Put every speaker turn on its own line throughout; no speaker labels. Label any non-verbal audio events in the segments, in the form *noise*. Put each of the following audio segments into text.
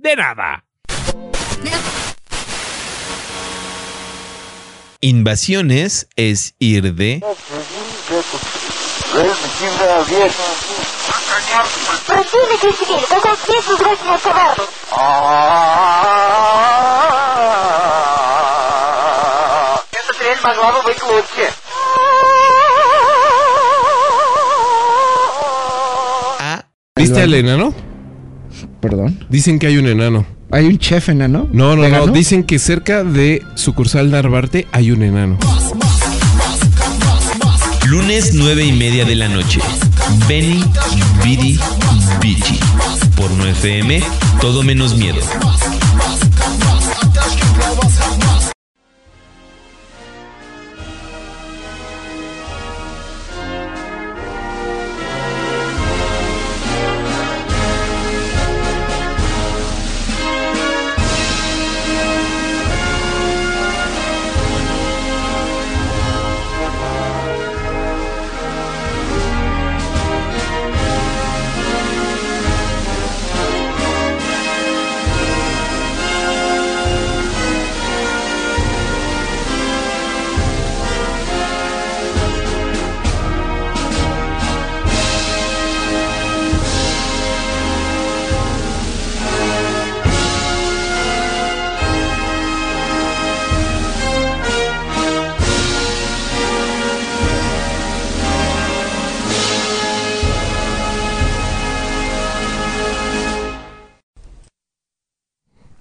de nada.
Invasiones es ir de.
Эта трель могла бы быть лучше.
a
¿Viste al enano?
Perdón.
Dicen que hay un enano.
Hay un chef enano.
No, no, no.
¿Vegano?
Dicen que cerca de sucursal Narvarte hay un enano.
Lunes 9 y media de la noche. Benny, Bidi, Bichi. Por 9FM, todo menos miedo.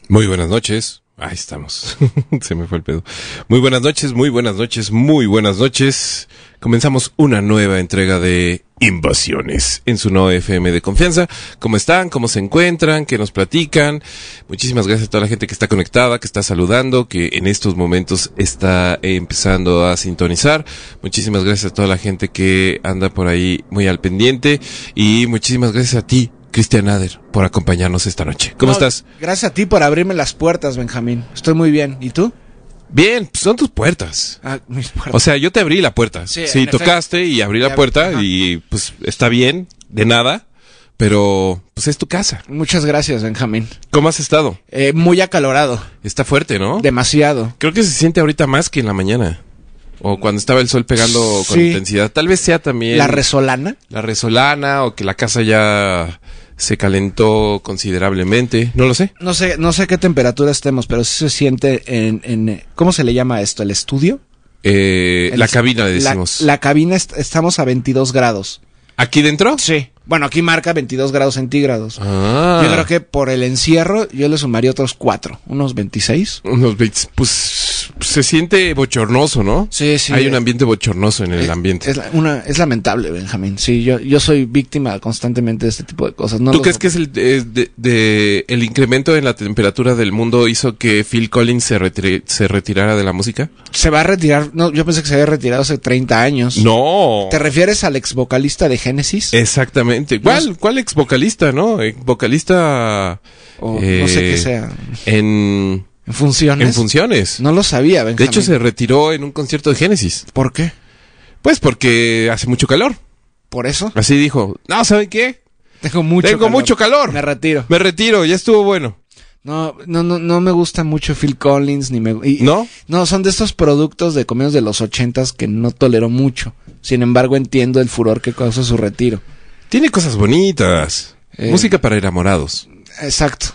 Muy buenas noches. Ahí estamos. *laughs* Se me fue el pedo. Muy buenas noches, muy buenas noches, muy buenas noches. Comenzamos una nueva entrega de Invasiones en su nuevo FM de confianza. ¿Cómo están? ¿Cómo se encuentran? ¿Qué nos platican? Muchísimas gracias a toda la gente que está conectada, que está saludando, que en estos momentos está eh, empezando a sintonizar. Muchísimas gracias a toda la gente que anda por ahí muy al pendiente. Y muchísimas gracias a ti, Cristian Ader, por acompañarnos esta noche. ¿Cómo
No,
estás?
Gracias a ti por abrirme las puertas, Benjamín. Estoy muy bien. ¿Y tú?
Bien, pues son tus puertas.
Ah, mis puertas.
O sea, yo te abrí la puerta.
Sí,
Sí,
en efecto.
tocaste y abrí la
Ya,
puerta
ajá.
y pues está bien, de nada, pero pues es tu casa.
Muchas gracias, Benjamín.
¿Cómo has estado?
Eh, muy acalorado.
Está fuerte, ¿no?
Demasiado.
Creo que se siente ahorita más que en la mañana. O cuando estaba el sol pegando con
Sí.
intensidad. Tal vez sea también
La resolana.
la resolana o que la casa ya se calentó considerablemente. No lo sé.
No sé, no sé a qué temperatura estemos, pero sí se siente en, en- eh, ¿cómo se le llama esto? ¿El estudio?
Eh,
El
la
es-
cabina, le decimos.
La, la cabina est- estamos a 22 grados.
¿Aquí dentro?
Sí. Bueno, aquí marca 22 grados centígrados.
Ah.
Yo creo que por el encierro yo le sumaría otros cuatro, unos 26.
Unos beats, pues se siente bochornoso, ¿no?
Sí, sí.
Hay un ambiente bochornoso en el
Es-
ambiente.
Es, la- una, es lamentable, Benjamín. Sí, yo, yo soy víctima constantemente de este tipo de cosas. No
¿Tú
lo
crees
so-
que es el, es de- de- el incremento en la temperatura del mundo hizo que Phil Collins se, retire- se retirara de la música?
se va a retirar? No, yo pensé que se había retirado hace 30 años.
No. Eh,
¿Te refieres al ex vocalista de Génesis?
Exactamente. ¿Cuál, cuál ex vocalista, no? Ex vocalista
o no sé
eh,
qué sea.
en,
¿En funciones?
en funciones.
No lo sabía,
de
Benjamín.
hecho, se retiró en un concierto de Génesis.
¿Por qué?
Pues porque hace mucho calor.
¿Por eso?
Así dijo. No, ¿saben qué?
Tengo mucho
Tengo mucho calor.
Me retiro.
Me retiro, ya estuvo bueno.
No, no, no, no me gusta mucho Phil Collins ni me... y-
¿No?
No, son de estos productos de comienzos de los ochentas que no tolero mucho. Sin embargo, entiendo el furor que causa su retiro.
Tiene cosas bonitas.
Eh.
Música para enamorados.
Exacto.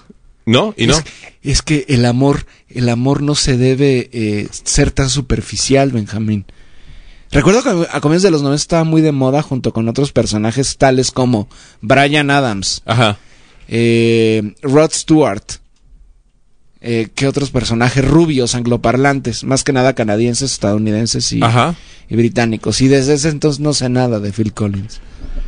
¿No? ¿Y no?
Es, es que el amor, el amor no se debe eh, ser tan superficial, Benjamín. Recuerdo que a comienzos de los 90 estaba muy de moda junto con otros personajes tales como Brian Adams,
Ajá.
eh, Rod Stewart, eh, que otros personajes rubios, angloparlantes, más que nada canadienses, estadounidenses y,
Ajá.
y británicos. Y desde ese entonces no sé nada de Phil Collins.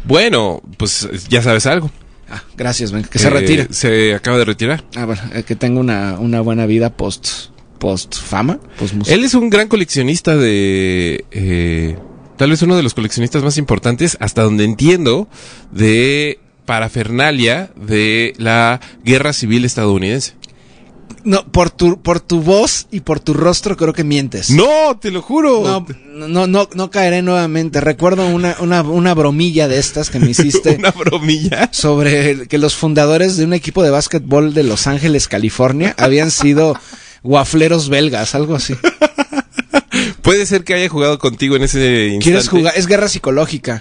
Bueno, pues ya sabes algo.
Ah, gracias, Ben, que se
Eh,
retire.
Se acaba de retirar.
Ah, bueno, eh, que tenga una, una buena vida post, post fama, post música.
Él es un gran coleccionista de... eh, tal vez uno de los coleccionistas más importantes, hasta donde entiendo, de parafernalia de la guerra civil estadounidense.
No, por tu, por tu voz y por tu rostro creo que mientes.
No, te lo juro.
No, no, no, no caeré nuevamente. Recuerdo una, una, una bromilla de
*laughs*
estas que me hiciste
Una bromilla.
sobre el- que los fundadores de un equipo de básquetbol de Los Ángeles, California, habían sido guafleros belgas, algo así.
Puede ser que haya jugado contigo en ese instante.
¿Quieres jugar? Es
*laughs*
guerra psicológica.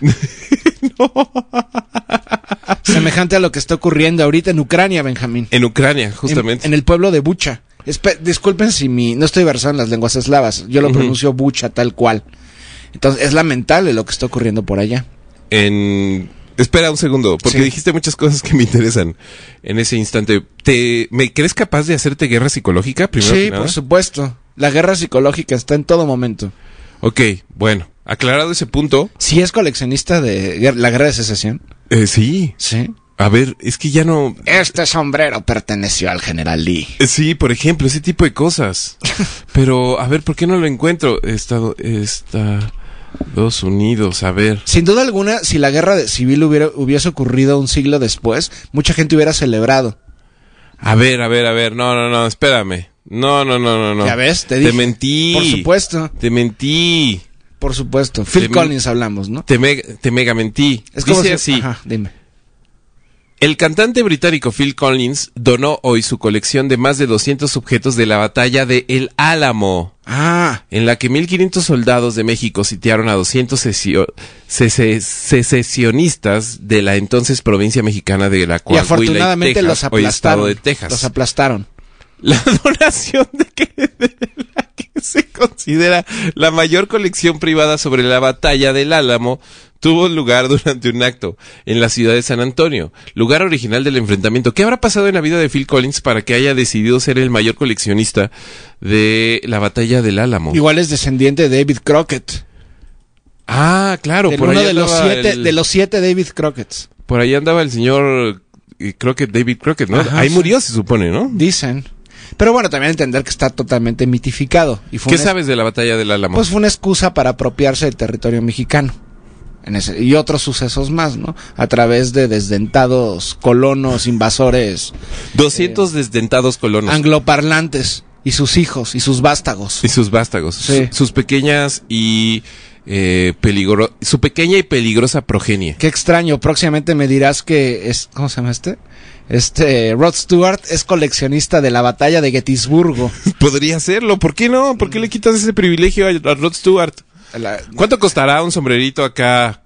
Semejante a lo que está ocurriendo ahorita en Ucrania, Benjamín.
En Ucrania,
En,
justamente.
en el pueblo de Bucha. Espe- disculpen si mi, no estoy versado en las lenguas eslavas. Yo lo pronuncio Bucha tal cual. Entonces, es lamentable lo que está ocurriendo por allá.
En- Espera un segundo, porque
Sí.
dijiste muchas cosas que me interesan en ese instante. ¿Te... ¿Me crees capaz de hacerte guerra psicológica primero?
Sí,
que nada?
por supuesto. La guerra psicológica está en todo momento.
Ok, bueno, aclarado ese punto.
Si es coleccionista de guer- la guerra de secesión.
eh, sí,
Sí.
a ver, es que ya no.
Este sombrero perteneció al general Lee.
eh, Sí, por ejemplo, ese tipo de
*laughs*
cosas. Pero, a ver, ¿por qué no lo encuentro? Estado, Estados Unidos, a ver.
Sin duda alguna, si la guerra de- civil hubiera, hubiese ocurrido un siglo después, mucha gente hubiera celebrado.
A ver, a ver, a ver. No, no, no, espérame. No, no, no, no, no.
Ya ves, te dije.
Te mentí.
Por supuesto,
Te mentí.
por supuesto. Phil
Te-
Collins hablamos, ¿no?
Te, me- te mega mentí.
Es como
Dice
si...
así.
Ajá, dime.
El cantante británico Phil Collins donó hoy su colección de más de 200 objetos de la batalla de El Álamo,
Ah,
en la que 1500 soldados de México sitiaron a 200 sesio- sese- secesionistas de la entonces provincia mexicana de la
y
Coahuila
afortunadamente
Texas,
los
hoy estado
aplastaron.
de Texas.
Los aplastaron.
La *laughs* donación de, que, de la que se considera la mayor colección privada sobre la batalla del Álamo tuvo lugar durante un acto en la ciudad de San Antonio, lugar original del enfrentamiento. ¿Qué habrá pasado en la vida de Phil Collins para que haya decidido ser el mayor coleccionista de la batalla del Álamo?
Igual es descendiente de David Crockett.
Ah, claro,
Del
por
uno
ahí,
de los,
andaba
siete,
el,
de los siete David Crocketts.
por ahí andaba el señor, eh, creo que David Crockett, ¿no?
Ajá,
ahí
sí.
murió, se supone, ¿no?
Dicen. Pero bueno, también entender que está totalmente mitificado. Y fue
¿Qué
una-
sabes de la batalla del Álamo?
Pues fue una excusa para apropiarse del territorio mexicano. En ese- y otros sucesos más, ¿no? A través de desdentados colonos, invasores,
200
eh,
desdentados colonos.
angloparlantes y sus hijos y sus vástagos.
Y sus vástagos.
Sí.
Su- Sus pequeñas y eh, peligro- su pequeña y peligrosa progenie.
Qué extraño, próximamente me dirás que es, ¿cómo se llama este? Este, Rod Stewart es coleccionista de la batalla
*laughs*
de Gettysburgo.
*laughs* Podría serlo, ¿por qué no? ¿Por qué le quitas ese privilegio a, a Rod Stewart?
La-
¿Cuánto costará un sombrerito acá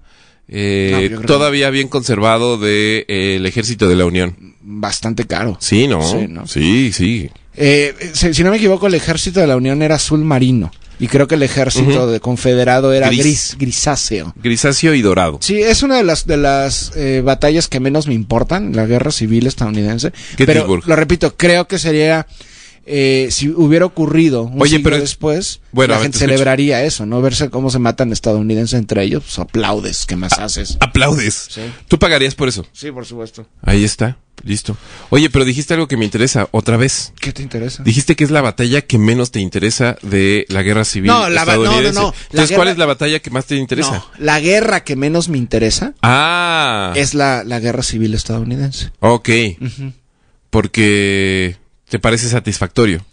eh,
No, yo creo que-
todavía bien conservado del de, eh, el ejército de la Unión?
bastante caro.
Sí, ¿no?
Sí, ¿no?
sí. sí.
Eh, si, si no me equivoco, el ejército de la Unión era azul marino. Y creo que el ejército de confederado era
Gris.
gris, grisáceo.
Grisáceo y dorado.
Sí, es una de las de las eh, batallas que menos me importan, la guerra civil estadounidense. Pero
Gettysburg.
lo repito, creo que sería eh, si hubiera ocurrido un
Oye,
siglo
pero-
después,
Bueno, a
la
ver,
gente
te escucho.
celebraría eso, no verse cómo se matan estadounidenses entre ellos, pues aplaudes, ¿qué
Ah,
más haces?
Aplaudes.
Sí.
Tú pagarías por eso.
Sí, por supuesto.
Ahí está. Listo. Oye, pero dijiste algo que me interesa otra vez.
¿Qué te interesa?
Dijiste que es la batalla que menos te interesa de la guerra civil.
No, la ba- no, no,
estadounidense.
no. La
Entonces, ¿cuál
guerra-
es la batalla que más te interesa?
No, la guerra que menos me interesa
Ah,
es la, la guerra civil estadounidense.
ok. Porque te parece satisfactorio.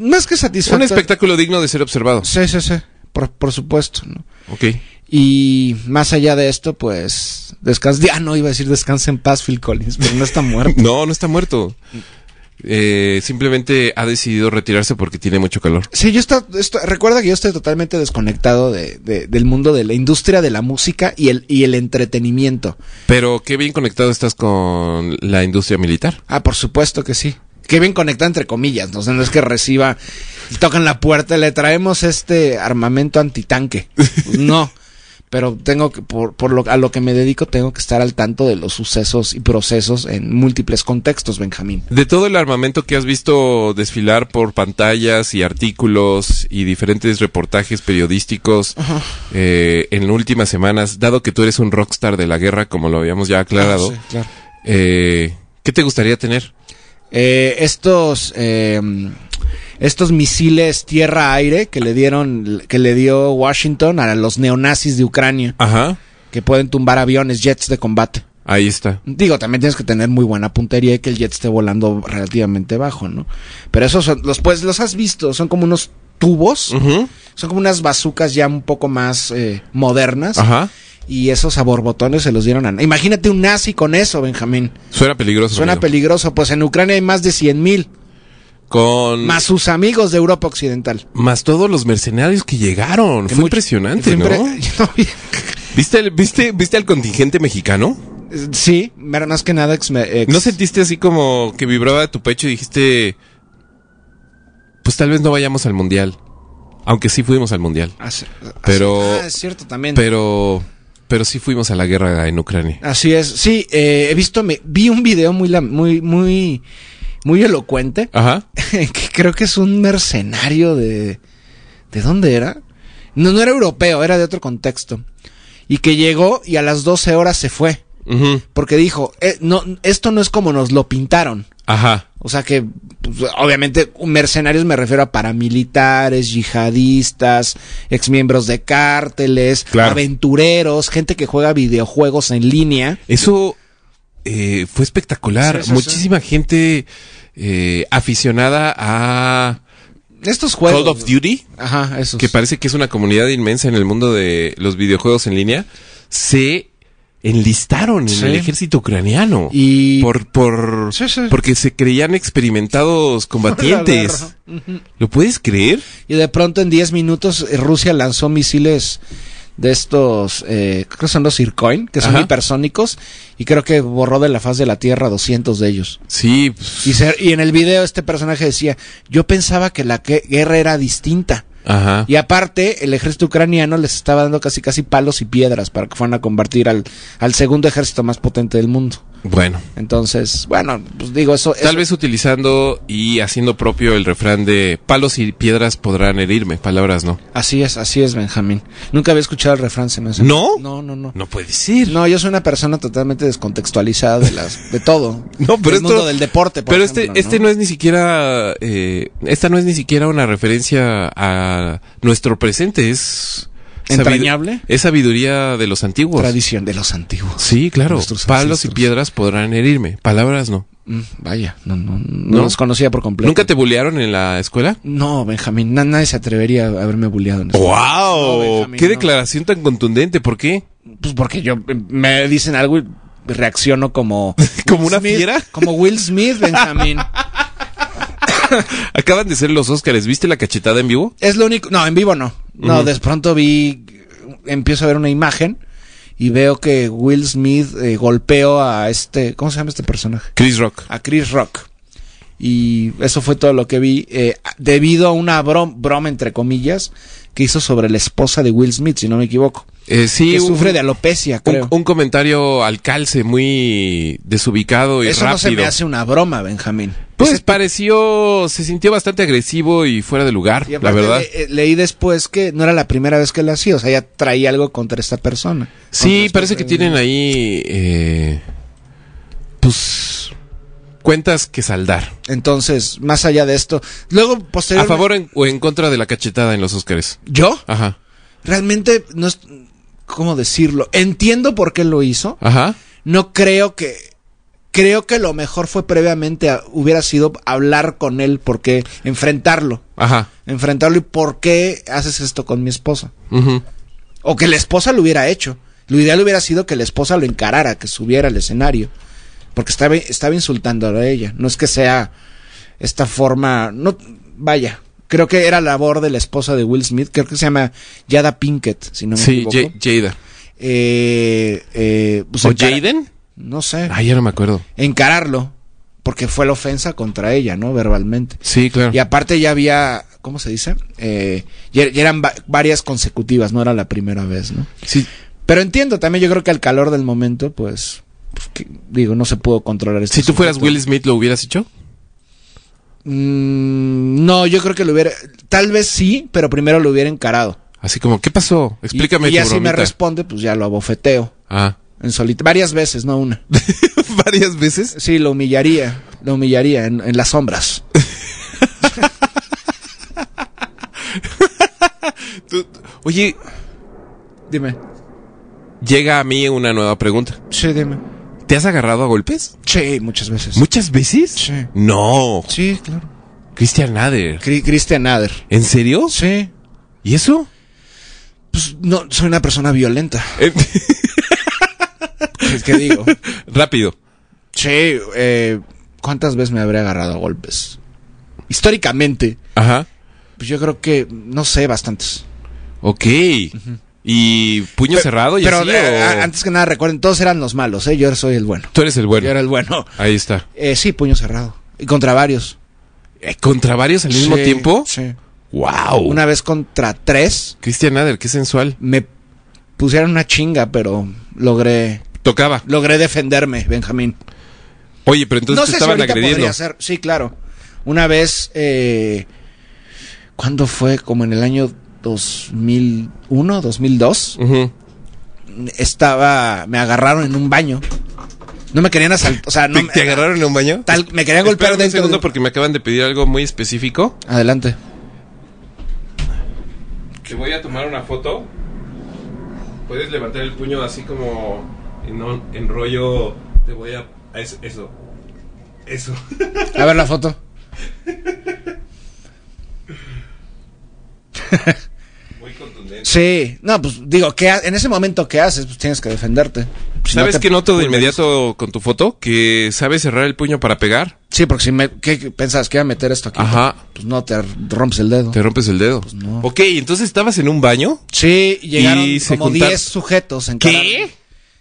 Más que
Un
satisfactorio.
espectáculo digno de ser observado.
Sí, sí, sí. Por, por supuesto, ¿no?
Ok.
Y más allá de esto, pues *laughs* descansa. Ah, no, iba a decir descansa en paz, Phil Collins, pero no está *laughs* muerto.
No, no está muerto. Eh, simplemente ha decidido retirarse porque tiene mucho calor.
Sí, yo está, esto- recuerda que yo estoy totalmente desconectado de, de- del mundo de la industria de la música y el, y el entretenimiento.
Pero qué bien conectado estás con la industria militar.
Ah, por supuesto que sí. Qué bien conectado entre comillas, ¿no? O sea, no es que reciba, tocan la puerta, le traemos este armamento *laughs* antitanque. Pues no. Pero tengo que, por, por lo, a lo que me dedico, tengo que estar al tanto de los sucesos y procesos en múltiples contextos, Benjamín.
De todo el armamento que has visto desfilar por pantallas y artículos y diferentes reportajes periodísticos eh, en últimas semanas, dado que tú eres un rockstar de la guerra, como lo habíamos ya aclarado,
Ah, Sí, claro.
Eh, ¿Qué te gustaría tener?
Eh, estos eh, estos misiles tierra-aire que le dieron que le dio Washington a los neonazis de Ucrania
Ajá.
que pueden tumbar aviones jets de combate.
Ahí está.
Digo, también tienes que tener muy buena puntería y que el jet esté volando relativamente bajo, ¿no? Pero esos son, los pues los has visto, son como unos tubos,
Ujú.
son como unas bazucas ya un poco más eh, modernas
Ajá.
y esos aborbotones se los dieron a. Imagínate un nazi con eso, Benjamín.
Suena peligroso.
Suena
amigo.
peligroso, pues en Ucrania hay más de 100 mil.
Con
más
más,
sus amigos de Europa Occidental.
todos los mercenarios que llegaron. Fue
Mucho-
impresionante,
fue impre-
¿no?
*laughs*
¿Viste, el- viste, ¿Viste al contingente mexicano?
sí, pero más que nada ex- ex-
¿No sentiste así como que vibraba de tu pecho y dijiste, pues tal vez no vayamos al mundial? Aunque sí fuimos al mundial.
Ah, sí.
Pero-
Ah, es cierto también.
Pero, pero sí fuimos a la guerra en Ucrania.
Así es. Sí, eh, he visto, me, vi un video muy, la- muy, muy, muy elocuente. *laughs*
Ajá.
que creo que es un mercenario de. ¿De dónde era? No, no era europeo, era de otro contexto. Y que llegó y a las 12 horas se fue.
Ujú.
Porque dijo, "Eh, no, esto no es como nos lo pintaron.
Ajá.
O sea que, pues, obviamente, mercenarios me refiero a paramilitares, yihadistas, exmiembros de cárteles,
Claro.
aventureros, gente que juega videojuegos en línea.
Eso eh, fue espectacular.
Sí, sí, sí.
Muchísima gente eh, aficionada a
Estos juegos.
Call of Duty,
Ajá, esos.
que parece que es una comunidad inmensa en el mundo de los videojuegos en línea, se enlistaron en
Sí.
el ejército ucraniano.
y
por, por,
Sí, sí.
porque se creían
*laughs*
experimentados combatientes. ¿Lo puedes creer?
Y de pronto en 10 minutos eh, Rusia lanzó misiles de estos, eh, creo que son los Ircoin, que son
Ajá.
hipersónicos, y creo que borró de la faz de la Tierra 200 de ellos.
Sí, pues,
Y, se- y en el video este personaje decía, yo pensaba que la que- guerra era distinta.
ajá.
Y aparte, el ejército ucraniano les estaba dando casi casi palos y piedras para que fueran a convertir al, al segundo ejército más potente del mundo.
Bueno,
Entonces, bueno, pues digo, eso,
tal
eso-
vez utilizando y haciendo propio el refrán de palos y piedras podrán herirme, palabras no.
así es, así es, Benjamín. Nunca había escuchado el refrán, se me hace.
¿No?
No, no, no.
No puede ser.
No, yo soy una persona totalmente descontextualizada de las de todo.
*laughs* No, pero
del
esto-
mundo del deporte, por
Pero
ejemplo,
este, este no es ni siquiera, eh, esta no es ni siquiera una referencia a nuestro presente, es sabidu-
entrañable
es sabiduría de los antiguos.
tradición de los antiguos.
Sí, claro.
Nuestros
Palos y
ancestros.
piedras podrán herirme, palabras no.
Mm, vaya, no, no, no,
¿No?
los conocía por completo.
¿Nunca te bulearon en la escuela?
No, Benjamín, na- nadie se atrevería a haberme bulleado en este eso.
Oh,
No,
¡Wow!
Benjamín,
¡Qué
no.
declaración tan contundente! ¿Por qué?
Pues porque yo me dicen algo y reacciono como
¿Como
Will
*laughs* una
Smith,
fiera?
como Will
*laughs*
Smith, Benjamín.
Acaban de ser los Óscares. ¿Viste la cachetada en vivo?
es lo único, no, en vivo no. No, de pronto vi eh, empiezo a ver una imagen y veo que Will Smith eh, golpeó a este, ¿cómo se llama este personaje?
Chris Rock.
A Chris Rock. Y eso fue todo lo que vi eh, debido a una brom- broma entre comillas que hizo sobre la esposa de Will Smith, si no me equivoco,
Eh, sí,
que
un-
sufre de alopecia, creo.
un, un comentario al calce muy desubicado y
eso
rápido.
no se me hace una broma, Benjamín.
Pues
Ese
pareció, se sintió bastante agresivo y fuera de lugar,
Y
la
aparte,
verdad.
le- eh, leí después que no era la primera vez que lo hacía, o sea, ya traía algo contra esta persona. Contra
Sí,
esta
parece que
persona.
tienen ahí, eh, pues, cuentas que saldar.
Entonces, más allá de esto, luego
¿A
posteriormente.
favor en- o en contra de la cachetada en los Óscares?
¿Yo?
Ajá,
Realmente no es. ¿Cómo decirlo? Entiendo por qué lo hizo.
ajá.
No creo que. Creo que lo mejor fue previamente a- hubiera sido hablar con él, porque enfrentarlo.
Ajá.
Enfrentarlo y por qué haces esto con mi esposa.
ujú.
O que la esposa lo hubiera hecho. Lo ideal hubiera sido que la esposa lo encarara, que subiera al escenario. Porque estaba, estaba insultando a ella. No es que sea esta forma. No, vaya. Creo que era labor de la esposa de Will Smith. Creo que se llama Yada Pinkett, si no me
Sí,
equivoco.
Ja- Jada.
Eh, eh, pues
¿O
encara-
Jaden?
No sé.
Ah, ya no me acuerdo.
Encararlo. Porque fue la ofensa contra ella, ¿no? Verbalmente.
Sí, claro.
Y aparte ya había. ¿Cómo se dice? Eh, ya- ya eran va- varias consecutivas, no era la primera vez, ¿no?
Sí.
Pero entiendo también, yo creo que al calor del momento, pues, pues, que- digo, no se pudo controlar este
Si
esto.
tú fueras Will Smith, ¿lo hubieras hecho?
Mm, no, yo creo que lo hubiera. Tal vez sí, pero primero lo hubiera encarado.
Así como, ¿qué pasó?
Y-
Explícame
Y, ya
tu
si me
bromita.
responde, pues ya lo abofeteo.
Ah.
En solita. *laughs* Varias veces, no una.
varias veces.
Sí, lo humillaría. Lo humillaría en, en las sombras.
Tú- tú- oye,
Dime.
llega a mí una nueva pregunta.
Sí, dime.
¿Te has agarrado a golpes?
Sí, muchas veces.
¿Muchas veces?
Sí.
No.
Sí, claro.
Christian Nader.
Cri- Christian Ader.
¿En serio?
Sí.
¿Y eso?
Pues no, soy una persona violenta.
Eh,
¿Qué- ¿Qué digo?
*laughs* rápido.
Sí, eh, ¿cuántas veces me habré agarrado a golpes? Históricamente,
Ajá.
pues yo creo que, no sé, bastantes.
Ok. ¿Y puño cerrado y
Pero
así,
eh,
o-
a- antes que nada, recuerden, todos eran los malos, ¿eh? Yo soy el bueno.
Tú eres el bueno.
Yo era el bueno.
Ahí está.
Eh, sí, puño cerrado. Y contra varios.
Eh, ¿Contra varios al mismo
Sí,
tiempo? Oh.
Sí.
¡Wow!
Una vez contra tres,
Christian Nader, qué sensual.
me pusieron una chinga, pero logré
Tocaba.
logré defenderme, Benjamín.
Oye, pero entonces
no
te
sé
estaban
si ahorita
agrediendo.
podría ser. Sí, claro. Una vez, eh, ¿cuándo fue? Como en el año 2001, 2002.
Ujú.
Estaba, me agarraron en un baño. No me querían asaltar, o sea, no
*laughs* ¿Te,
me,
te agarraron en un baño?
tal- me querían golpear
Espérame un
dentro.
segundo
de-
porque me acaban de pedir algo muy específico.
Adelante.
Te voy a tomar una foto. Puedes levantar el puño así como en, on- en rollo. Te voy a. a es- Eso. Eso.
A ver la foto.
Muy contundente.
Sí, no, pues digo, ¿qué ha- en ese momento qué haces? Pues tienes que defenderte.
*laughs*
Si
¿Sabes
no te-
qué noto de inmediato con tu foto? Que sabes cerrar el puño para pegar.
Sí, porque si me, ¿qué qué pensabas? que iba a meter esto aquí?
Ajá.
Pues no, te rompes el dedo.
Te rompes el dedo.
no.
Ok, entonces estabas en un baño.
Sí, llegaron
Y se
como 10
juntaron-
sujetos en
¿Qué?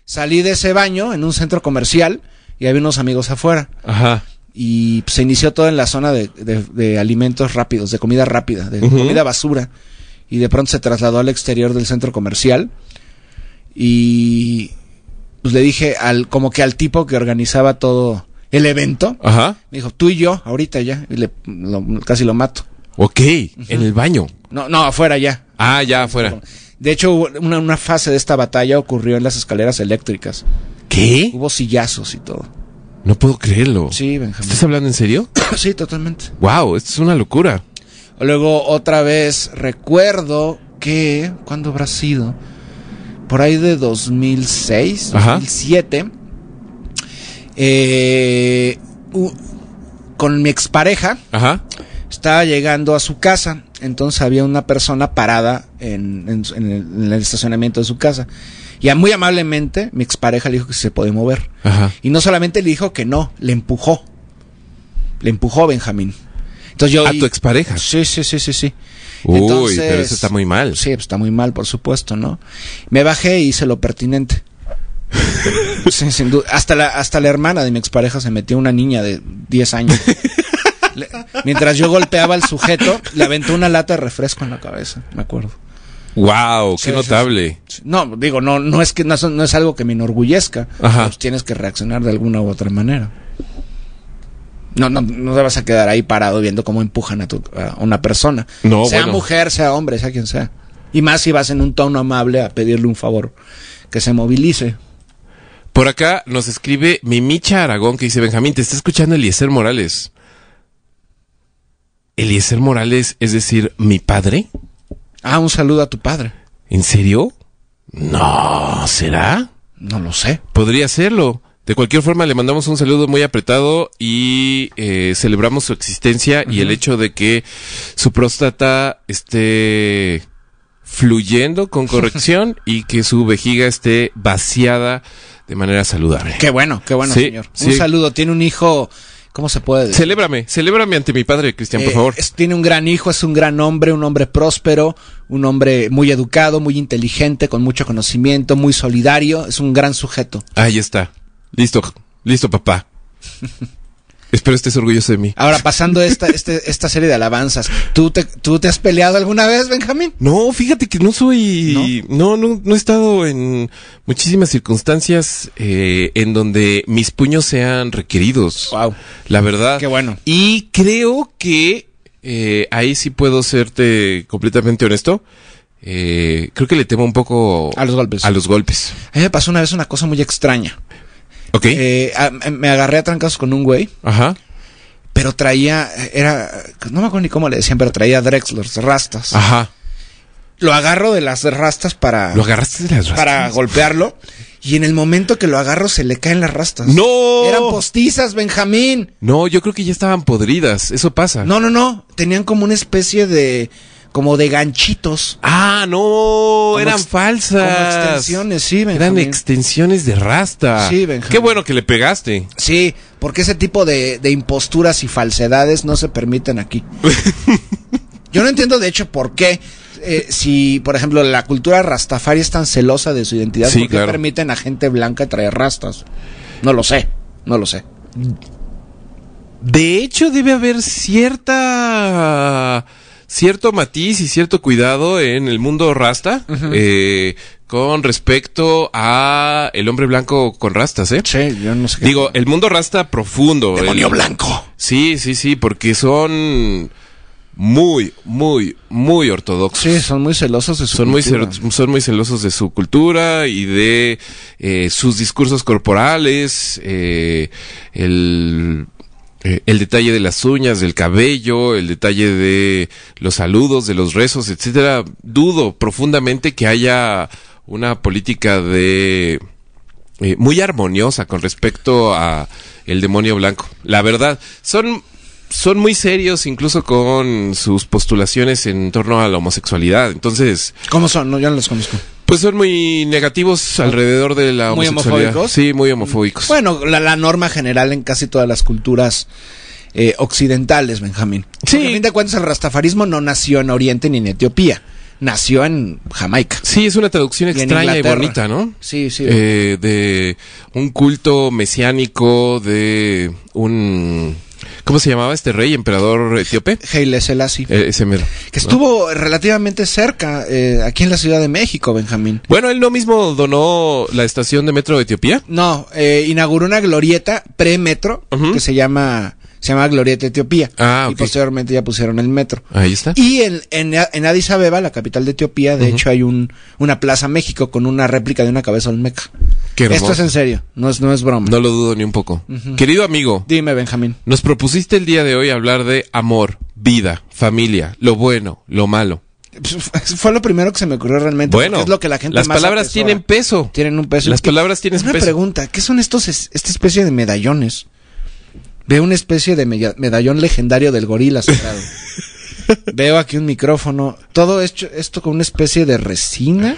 Salí de ese baño en un centro comercial y había unos amigos afuera.
Ajá.
Y se inició todo en la zona de, de- de alimentos rápidos, de comida rápida, de
Ujú.
comida basura. Y de pronto se trasladó al exterior del centro comercial. Y pues le dije al, como que al tipo que organizaba todo el evento.
Ajá.
Me dijo, tú y yo, ahorita ya. Y le, lo- casi lo mato.
Ok, en el baño.
No, no, afuera ya.
Ah, ya afuera.
De hecho, hubo- una, una fase de esta batalla ocurrió en las escaleras eléctricas.
¿Qué?
Hubo sillazos y todo.
No puedo creerlo.
Sí, Benjamín. *coughs*
¿Estás hablando en serio?
Sí, totalmente.
Wow, esto es una locura.
Luego, otra vez, recuerdo que, ¿cuándo habrá sido? Por ahí de 2006,
Ajá.
2007. eh, u- con mi expareja,
Ajá.
estaba llegando a su casa. Entonces había una persona parada en, en su- en el, en el estacionamiento de su casa. Y a- muy amablemente, mi expareja le dijo que si se podía mover.
Ajá.
Y no solamente le dijo que no, le empujó. Le empujó Benjamín. Entonces yo.
A
y-
tu expareja.
Sí, sí, sí, sí, sí.
Uy,
Entonces-
pero eso está muy mal.
Sí, pues, está muy mal, por supuesto, ¿no? Me bajé y hice lo pertinente. Sí, sin duda. Hasta la, hasta la hermana de mi expareja se metió una niña de 10 años. Le- mientras yo golpeaba al sujeto, le aventó una lata de refresco en la cabeza, me acuerdo.
Wow,
Sí,
qué
sí,
notable.
No, digo, no, no es que no, es- no es algo que me enorgullezca.
Ajá.
Pues tienes que reaccionar de alguna u otra manera. No, no, no te vas a quedar ahí parado viendo cómo empujan a, tu- a una persona.
No,
sea
bueno.
mujer, sea hombre, sea quien sea. Y más si vas en un tono amable a pedirle un favor, que se movilice.
Por acá nos escribe Mimicha Aragón que dice, Benjamín, te está escuchando Eliezer Morales. ¿Eliezer Morales es decir, mi padre?
Ah, un saludo a tu padre.
¿En serio? No, ¿será?
No lo sé.
Podría serlo. De cualquier forma, le mandamos un saludo muy apretado y eh, celebramos su existencia y el hecho de que su próstata esté fluyendo
*laughs*
con corrección y que su vejiga esté vaciada de manera saludable.
Qué bueno, qué bueno,
Sí,
señor.
sí.
Un saludo. Tiene un hijo, ¿cómo se puede decir?
Celébrame, celébrame ante mi padre, Cristian, por
Eh,
favor.
es- tiene un gran hijo, es un gran hombre, un hombre próspero, un hombre muy educado, muy inteligente, con mucho conocimiento, muy solidario, es un gran sujeto.
Ahí está. Listo, listo,
*laughs*
papá. Espero estés orgulloso de mí.
Ahora, pasando esta, este- esta serie de alabanzas, ¿tú te, ¿tú te has peleado alguna vez, Benjamín?
No, fíjate que no soy. No, no, no, he estado en muchísimas circunstancias eh, en donde mis puños sean requeridos.
Wow.
La verdad.
Qué bueno.
Y creo que eh, ahí sí puedo serte completamente honesto. Eh, creo que le temo un poco
A los golpes.
A los golpes.
A mí me pasó una vez una cosa muy extraña.
Ok.
Eh, a- me agarré a trancas con un güey,
Ajá.
pero traía, era, no me acuerdo ni cómo le decían, pero traía Drexlers, rastas.
Ajá.
Lo agarro de las rastas para,
¿Lo agarraste de las
ah. para
rastas?
golpearlo. Y en el momento que lo agarro se le caen las rastas.
¡No!
Eran postizas, Benjamín.
No, yo creo que ya estaban podridas. Eso pasa.
No, no, no. Tenían como una especie de, como de ganchitos.
Ah, no,
Como
eran
ex-
falsas.
como extensiones, sí,
Eran
Benjamín.
extensiones de rasta.
Sí, Benjamín.
Qué bueno que le pegaste.
Sí, porque ese tipo de, de imposturas y falsedades no se permiten aquí. Yo no entiendo, de hecho, por qué, eh, si, por ejemplo, la cultura rastafari es tan celosa de su identidad,
Sí,
¿por qué
claro.
permiten a gente blanca traer rastas? No lo sé, no lo sé.
De hecho, debe haber cierta. cierto matiz y cierto cuidado en el mundo rasta. eh, con respecto a el hombre blanco con rastas, ¿eh?
Sí, yo no sé qué.
Digo, el mundo rasta profundo.
demonio
el-
blanco.
Sí, sí, sí, porque son muy, muy, muy ortodoxos.
Sí, son muy celosos de su
Son muy,
cultura.
cel- son muy celosos de su cultura y de eh, sus discursos corporales, eh, el, eh, el detalle de las uñas, del cabello, el detalle de los saludos, de los rezos, etcétera. Dudo profundamente que haya una política de eh, muy armoniosa con respecto a el demonio blanco. La verdad, son son muy serios incluso con sus postulaciones en torno a la homosexualidad. Entonces,
¿Cómo son? No, yo no los conozco.
pues son muy negativos alrededor de la
¿Muy
homosexualidad.
homofóbicos?
Sí, muy homofóbicos.
Bueno, la, la norma general en casi todas las culturas eh, occidentales, Benjamín.
Sí.
Porque a fin de cuentas, el rastafarismo no nació en Oriente ni en Etiopía. Nació en Jamaica.
Sí, es una traducción
Y en
extraña y
Inglaterra.
bonita, ¿no?
Sí, sí.
Eh, de un culto mesiánico de un... ¿Cómo se llamaba este rey, emperador etíope?
Haile Selassie.
Eh, ese mero.
que estuvo relativamente cerca eh, aquí en la Ciudad de México, Benjamín.
Bueno, él no mismo donó la estación de metro de Etiopía.
No, eh, inauguró una glorieta pre-metro
Ujú.
que se llama, se llama Glorieta Etiopía.
Ah,
Y
ok.
posteriormente ya pusieron el metro.
Ahí está.
Y en, en, en Addis Abeba, la capital de Etiopía, de hecho hay un, una plaza México con una réplica de una cabeza olmeca.
Qué hermoso.
Esto es en serio, no es, no es broma.
No lo dudo ni un poco. Querido amigo,
Dime, Benjamín. *laughs*
nos propusiste el día de hoy hablar de amor, vida, familia, lo bueno, lo malo.
Pues, Fue lo primero que se me ocurrió realmente.
Bueno,
porque es lo que la gente
las
más
palabras
atesora.
tienen peso.
Tienen un peso.
Las
Es que-
palabras tienen
una
peso.
pregunta, ¿qué son estos es- esta especie de medallones? Veo una especie de meda- medallón legendario del
*laughs*
gorila sagrado. Veo aquí un micrófono. Todo esto, esto con una especie de resina.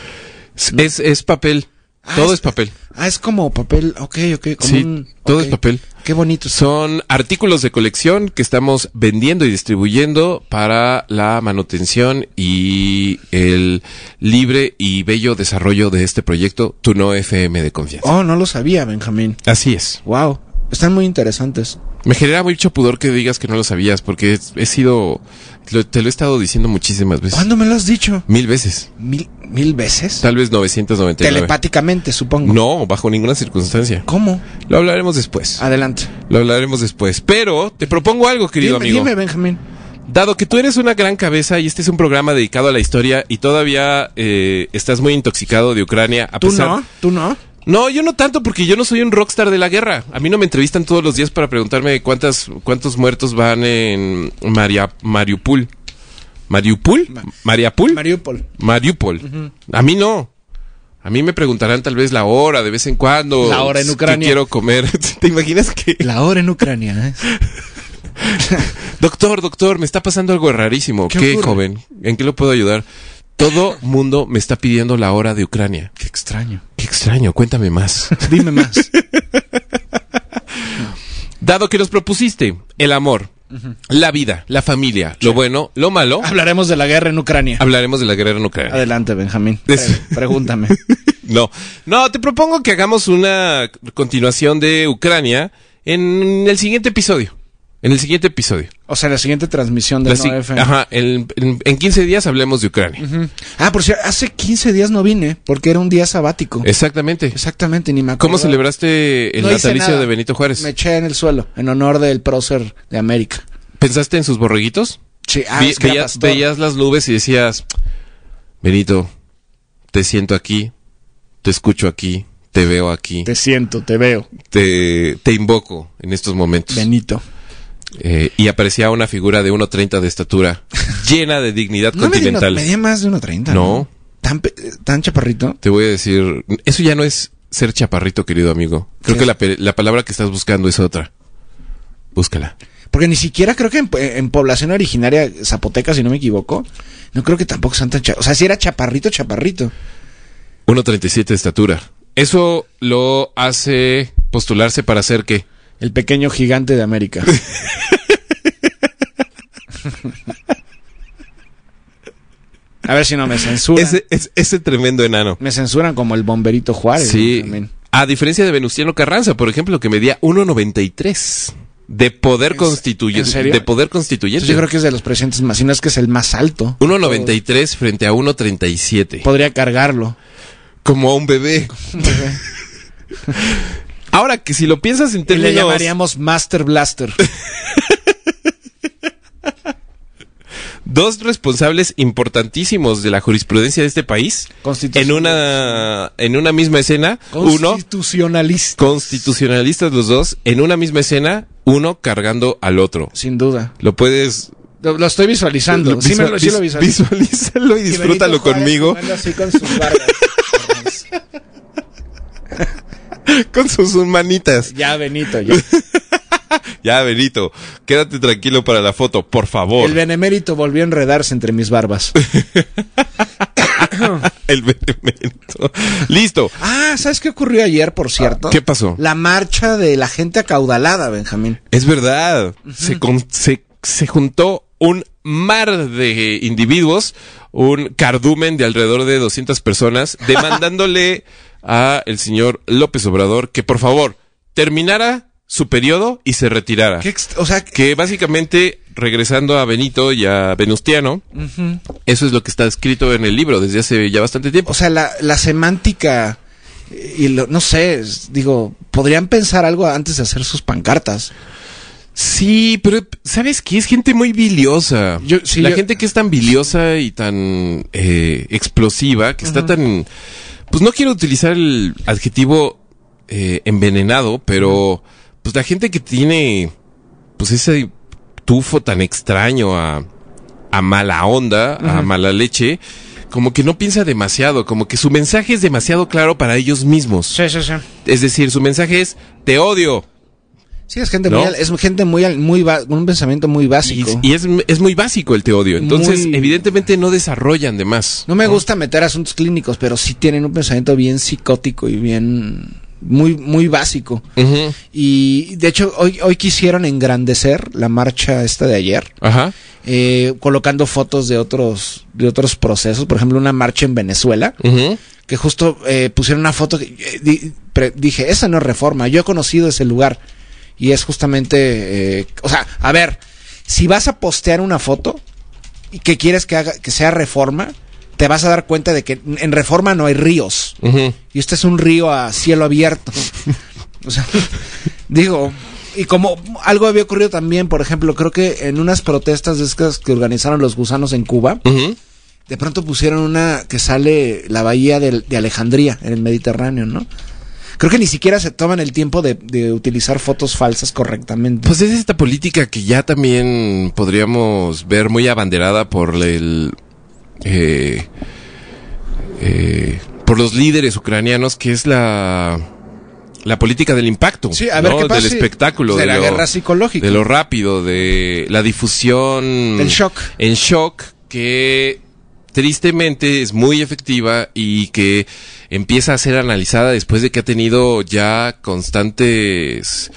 Es, es, es papel.
Ah,
Todo es papel.
Ah, es como papel, ok, ok. Como
Sí,
un-
todo
ok.
es papel.
Qué bonito.
Son artículos de colección que estamos vendiendo y distribuyendo para la manutención y el libre y bello desarrollo de este proyecto, Tu No FM de confianza.
Oh, no lo sabía, Benjamín.
Así es.
Wow, están muy interesantes.
Me genera mucho pudor que digas que no lo sabías, porque es- he sido, lo- te lo he estado diciendo muchísimas veces.
¿Cuándo me lo has dicho?
Mil veces.
¿Mil, mil veces?
Tal vez 999.
Telepáticamente, supongo.
No, bajo ninguna circunstancia.
¿Cómo?
Lo hablaremos después.
Adelante.
Lo hablaremos después. Pero te propongo algo, querido
dime,
amigo.
dime, Benjamín.
Dado que tú eres una gran cabeza y este es un programa dedicado a la historia y todavía eh, estás muy intoxicado de Ucrania, a
¿Tú
pesar-
no? ¿Tú no?
No, yo no tanto porque yo no soy un rockstar de la guerra. A mí no me entrevistan todos los días para preguntarme cuántas, cuántos muertos van en Maria, Mariupol. ¿Mariupol? ¿Mariupol?
Mariupol.
Mariupol. A mí no. A mí me preguntarán tal vez la hora de vez en cuando.
La hora en
qué
Ucrania.
quiero comer. *laughs* ¿Te imaginas que...
La hora en Ucrania, ¿eh?
Doctor, doctor, me está pasando algo rarísimo.
¿Qué
¿Qué,
ocurre?
joven? ¿En qué lo puedo ayudar? Todo mundo me está pidiendo la hora de Ucrania.
Qué extraño.
Qué extraño, cuéntame
*laughs*
más. *laughs*
Dime más.
Dado que nos propusiste el amor, la vida, la familia, lo bueno, lo malo,
Hablaremos de la guerra en Ucrania.
hablaremos de la guerra en Ucrania.
Adelante, Benjamín.
Es- *laughs*
Pre- Pregúntame.
No, no, te propongo que hagamos una continuación de Ucrania en el siguiente episodio. En el siguiente episodio.
O sea, la siguiente transmisión de
La
No
si-
FM.
Ajá, en, en- en 15 días hablemos de Ucrania.
Ah, por cierto, hace 15 días no vine porque era un día sabático.
Exactamente.
Exactamente, ni me acuerdo.
¿Cómo celebraste el
No hice
natalicio
nada.
de Benito Juárez?
Me eché en el suelo en honor del prócer de América.
¿Pensaste en sus borreguitos?
Sí, ah,
Ve-
es que era
veías,
pastor.
veías las nubes y decías, Benito, te siento aquí, te escucho aquí, te veo aquí,
Te siento, te veo.
te, te invoco en estos momentos.
Benito.
Eh, y aparecía una figura de 1.30 de
*laughs*
estatura, llena de dignidad
No me
continental.
medía más de 1.30.
No.
Tan, pe- tan chaparrito.
Te voy a decir, eso ya no es ser chaparrito, querido amigo. Creo
¿Qué?
que la, pe- la palabra que estás buscando es otra. Búscala.
Porque ni siquiera creo que en, en población originaria zapoteca, si no me equivoco, no creo que tampoco sean tan chaparritos. O sea, si era chaparrito, chaparrito.
1.37 de estatura. Eso lo hace postularse para ser qué?
El pequeño gigante
*laughs*
de América. A ver si no me censuran.
Ese, es- ese tremendo enano.
Me censuran como el bomberito Juárez.
Sí.
¿no? También.
A diferencia de Venustiano Carranza, por ejemplo, que medía 1.93 de poder
¿En- en
constituyente.
serio?
De poder constituyente.
Entonces, yo creo que es de los presentes más, si no es que es el más alto.
1.93 frente a 1.37.
Podría cargarlo.
Como a un
*laughs*
bebé. Ahora que si lo piensas en
Y le
términos...
llamaríamos
*laughs*
Master Blaster.
dos responsables importantísimos de la jurisprudencia de este país en una en una misma escena uno
Constitucionalista.
constitucionalistas los dos en una misma escena uno cargando al otro
Sin duda.
lo puedes
Lo, lo estoy visualizando. sí, me lo, sí lo
vis-
visualizo.
visualízalo y disfrútalo conmigo *laughs* con sus manitas
ya, Benito, ya.
ya Benito quédate tranquilo para la foto por favor
El benemérito volvió a enredarse entre
*laughs*
mis barbas.
el benemérito. listo
ah, ¿sabes qué ocurrió ayer, por cierto?
qué pasó
La marcha de la gente acaudalada, Benjamín.
Es verdad. se, con- se, se juntó un mar de individuos, un cardumen de alrededor de 200
*laughs*
personas, demandándole a el señor López Obrador que por favor terminara su periodo y se retirara.
Qué ext- o sea, que-
Que básicamente, regresando a Benito y a Venustiano, eso es lo que está escrito en el libro desde hace ya bastante tiempo.
o sea la, la semántica eh, y lo, no sé, es- digo, podrían pensar algo antes de hacer sus pancartas.
Sí, pero ¿sabes qué? Es gente muy biliosa.
Yo- sí,
la
yo-
gente que es tan biliosa y tan eh, explosiva, que está tan... Pues no quiero utilizar el adjetivo eh, envenenado, pero pues la gente que tiene pues ese tufo tan extraño a, a mala onda, a mala leche, como que no piensa demasiado, como que su mensaje es demasiado claro para ellos mismos.
sí, sí.
Es decir, su mensaje es, te odio.
Sí, es gente
¿No?
muy, al- es gente muy, al- muy, ba- con un pensamiento muy básico.
Y, y es, es muy básico el te odio. Entonces,
Muy-
evidentemente no desarrollan de más.
No me gusta meter asuntos clínicos, pero sí tienen un pensamiento bien psicótico y bien muy muy básico.
Ujú.
Y de hecho hoy hoy quisieron engrandecer la marcha esta de ayer,
Ajá.
eh, colocando fotos de otros de otros procesos, por ejemplo una marcha en Venezuela
Ujú.
que justo eh, pusieron una foto que eh, di- pre- dije esa no es reforma, yo he conocido ese lugar y es justamente, eh, o sea, a ver, si vas a postear una foto y que quieres que haga que sea reforma, te vas a dar cuenta de que en reforma no hay ríos.
Ujú.
Y este es un río a cielo abierto. O sea, *laughs* digo, y como algo había ocurrido también, por ejemplo, creo que en unas protestas de estas que organizaron los gusanos en Cuba,
Ujú.
de pronto pusieron una que sale la bahía del- de, Alejandría, en el Mediterráneo, ¿no? Creo que ni siquiera se toman el tiempo de, de utilizar fotos falsas correctamente.
Pues es esta política que ya también podríamos ver muy abanderada por el... eh, eh, por los líderes ucranianos, que es la... La política del impacto.
Sí, a ver
¿no?
qué pasa
Del
si-
espectáculo.
de la
lo-
guerra psicológica.
De lo rápido, de la difusión.
Del shock.
En shock, que tristemente es muy efectiva y que empieza a ser analizada después de que ha tenido ya constantes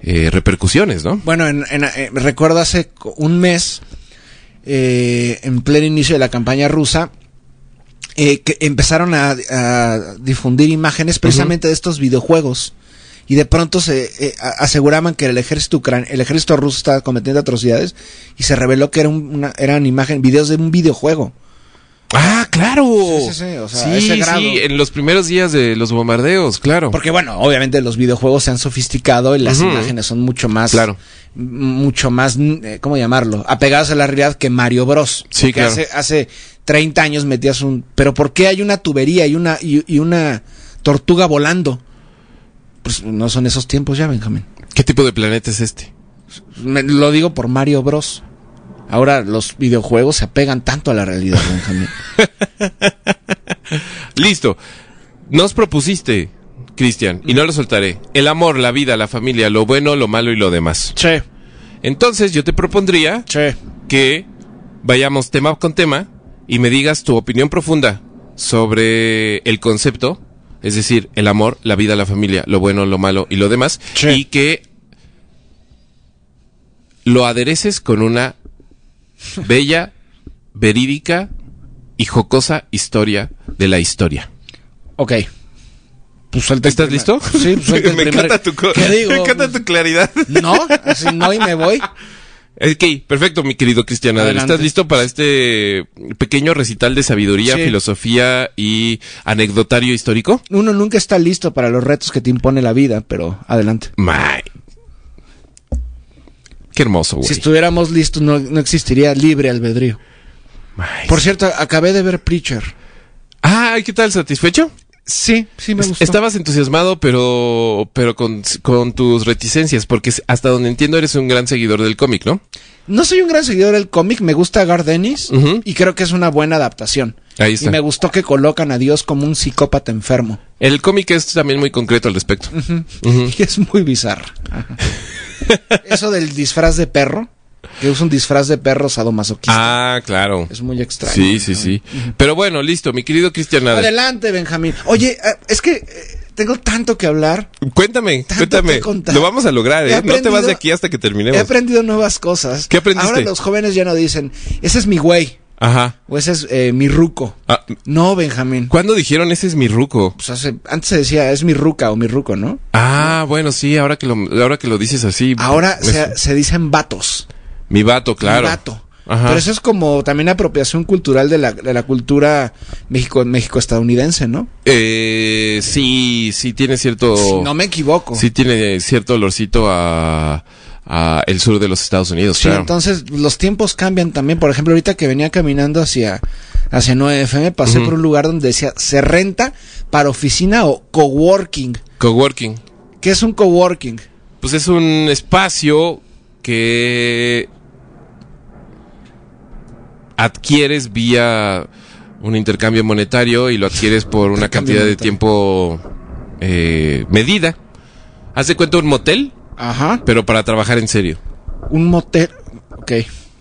eh, repercusiones, ¿no?
Bueno, en- en- eh, recuerdo hace co- un mes, eh, en pleno inicio de la campaña rusa, eh, que empezaron a, a difundir imágenes precisamente de estos videojuegos. Y de pronto se eh, a- aseguraban que el ejército ucran- el ejército ruso estaba cometiendo atrocidades y se reveló que era un- una- eran imágenes, videos de un videojuego.
Ah, claro.
Sí, sí, sí, o sea, a ese grado.
sí, en los primeros días de los bombardeos, claro.
Porque bueno, obviamente los videojuegos se han sofisticado y las
Ujú.
imágenes son mucho más,
Claro.
m- mucho más, mm, eh, ¿cómo llamarlo? Apegadas a la realidad que Mario Bros.
Sí,
Porque
claro.
Hace, hace 30 años metías un, pero ¿por qué hay una tubería y una, y, y una tortuga volando? Pues no son esos tiempos ya, Benjamín.
¿Qué tipo de planeta es este?
Me- lo digo por Mario Bros. Ahora los videojuegos se apegan tanto a la realidad,
*laughs*
Benjamín.
Listo. Nos propusiste, Cristian, y no lo soltaré. El amor, la vida, la familia, lo bueno, lo malo y lo demás.
che,
Entonces yo te propondría
che.
que vayamos tema con tema y me digas tu opinión profunda sobre el concepto, es decir, el amor, la vida, la familia, lo bueno, lo malo y lo demás,
Sí.
y que lo adereces con una bella, verídica y jocosa historia de la historia.
Ok. Pues suelta el
¿Estás
primer-
listo?
Sí, pues suelta
*laughs*
el
me,
primer-
encanta tu co-
¿Qué
*laughs*
digo? Pues
me encanta tu claridad.
No, así no y me voy.
Ok, perfecto, mi querido Cristian Adel.
Adelante.
¿Estás listo para este pequeño recital de sabiduría,
Sí.
filosofía y anecdotario histórico?
Uno nunca está listo para los retos que te impone la vida, pero adelante.
My. Qué hermoso, güey.
Si estuviéramos listos, no, no existiría libre albedrío.
My.
Por cierto, acabé de ver Preacher.
Ay, ¿qué tal? ¿Satisfecho?
Sí, sí me
Es-
gustó.
Estabas entusiasmado, pero, pero con, con tus reticencias, porque hasta donde entiendo eres un gran seguidor del cómic, ¿no?
No soy un gran seguidor del cómic, me gusta Garth Ennis
Ujú.
y creo que es una buena adaptación.
Ahí
Y
está.
me gustó que colocan a Dios como un psicópata enfermo.
El cómic es también muy concreto al respecto.
*laughs* Y es muy bizarro. Ajá. Eso del disfraz de perro, que usa un disfraz de perro sadomasoquista.
Ah, claro.
Es muy extraño.
Sí, sí,
¿no?
sí. Pero bueno, listo, mi querido Cristian Adel.
Adelante, Benjamín. Oye, eh, es que eh, tengo tanto que hablar.
Cuéntame,
Tanto
cuéntame.
que contar.
Lo vamos a lograr,
He
¿eh? No te vas
aprendido-
de aquí hasta que
He
terminemos.
aprendido nuevas cosas.
¿Qué aprendiste?
Ahora los jóvenes ya no dicen, ese es mi güey
Ajá.
o ese es eh, mi ruco.
Ah,
No, Benjamín.
¿Cuándo dijeron ese es mi ruco?
Pues hace- antes se decía, es mi ruca o mi ruco, ¿no?
Ah, bueno, sí, ahora que lo, ahora que lo dices así.
Ahora
pues,
se, se dicen vatos.
Mi vato, claro.
Un vato.
Ajá.
Pero eso es como también apropiación cultural de la, de la cultura México, México-estadounidense, ¿no?
Eh, sí, sí tiene cierto.
Si no me equivoco.
Oh. Sí tiene cierto olorcito a, a el sur de los Estados Unidos,
Sí,
claro.
entonces los tiempos cambian también. Por ejemplo, ahorita que venía caminando hacia, hacia 9FM, pasé por un lugar donde decía se renta para oficina o coworking.
Coworking.
¿Qué es un coworking?
Pues es un espacio que adquieres vía un intercambio monetario y lo adquieres por una
Intercambio
cantidad de
monetario.
tiempo eh, medida. Haz de cuenta un motel,
Ajá.
pero para trabajar en serio.
Un motel. Ok.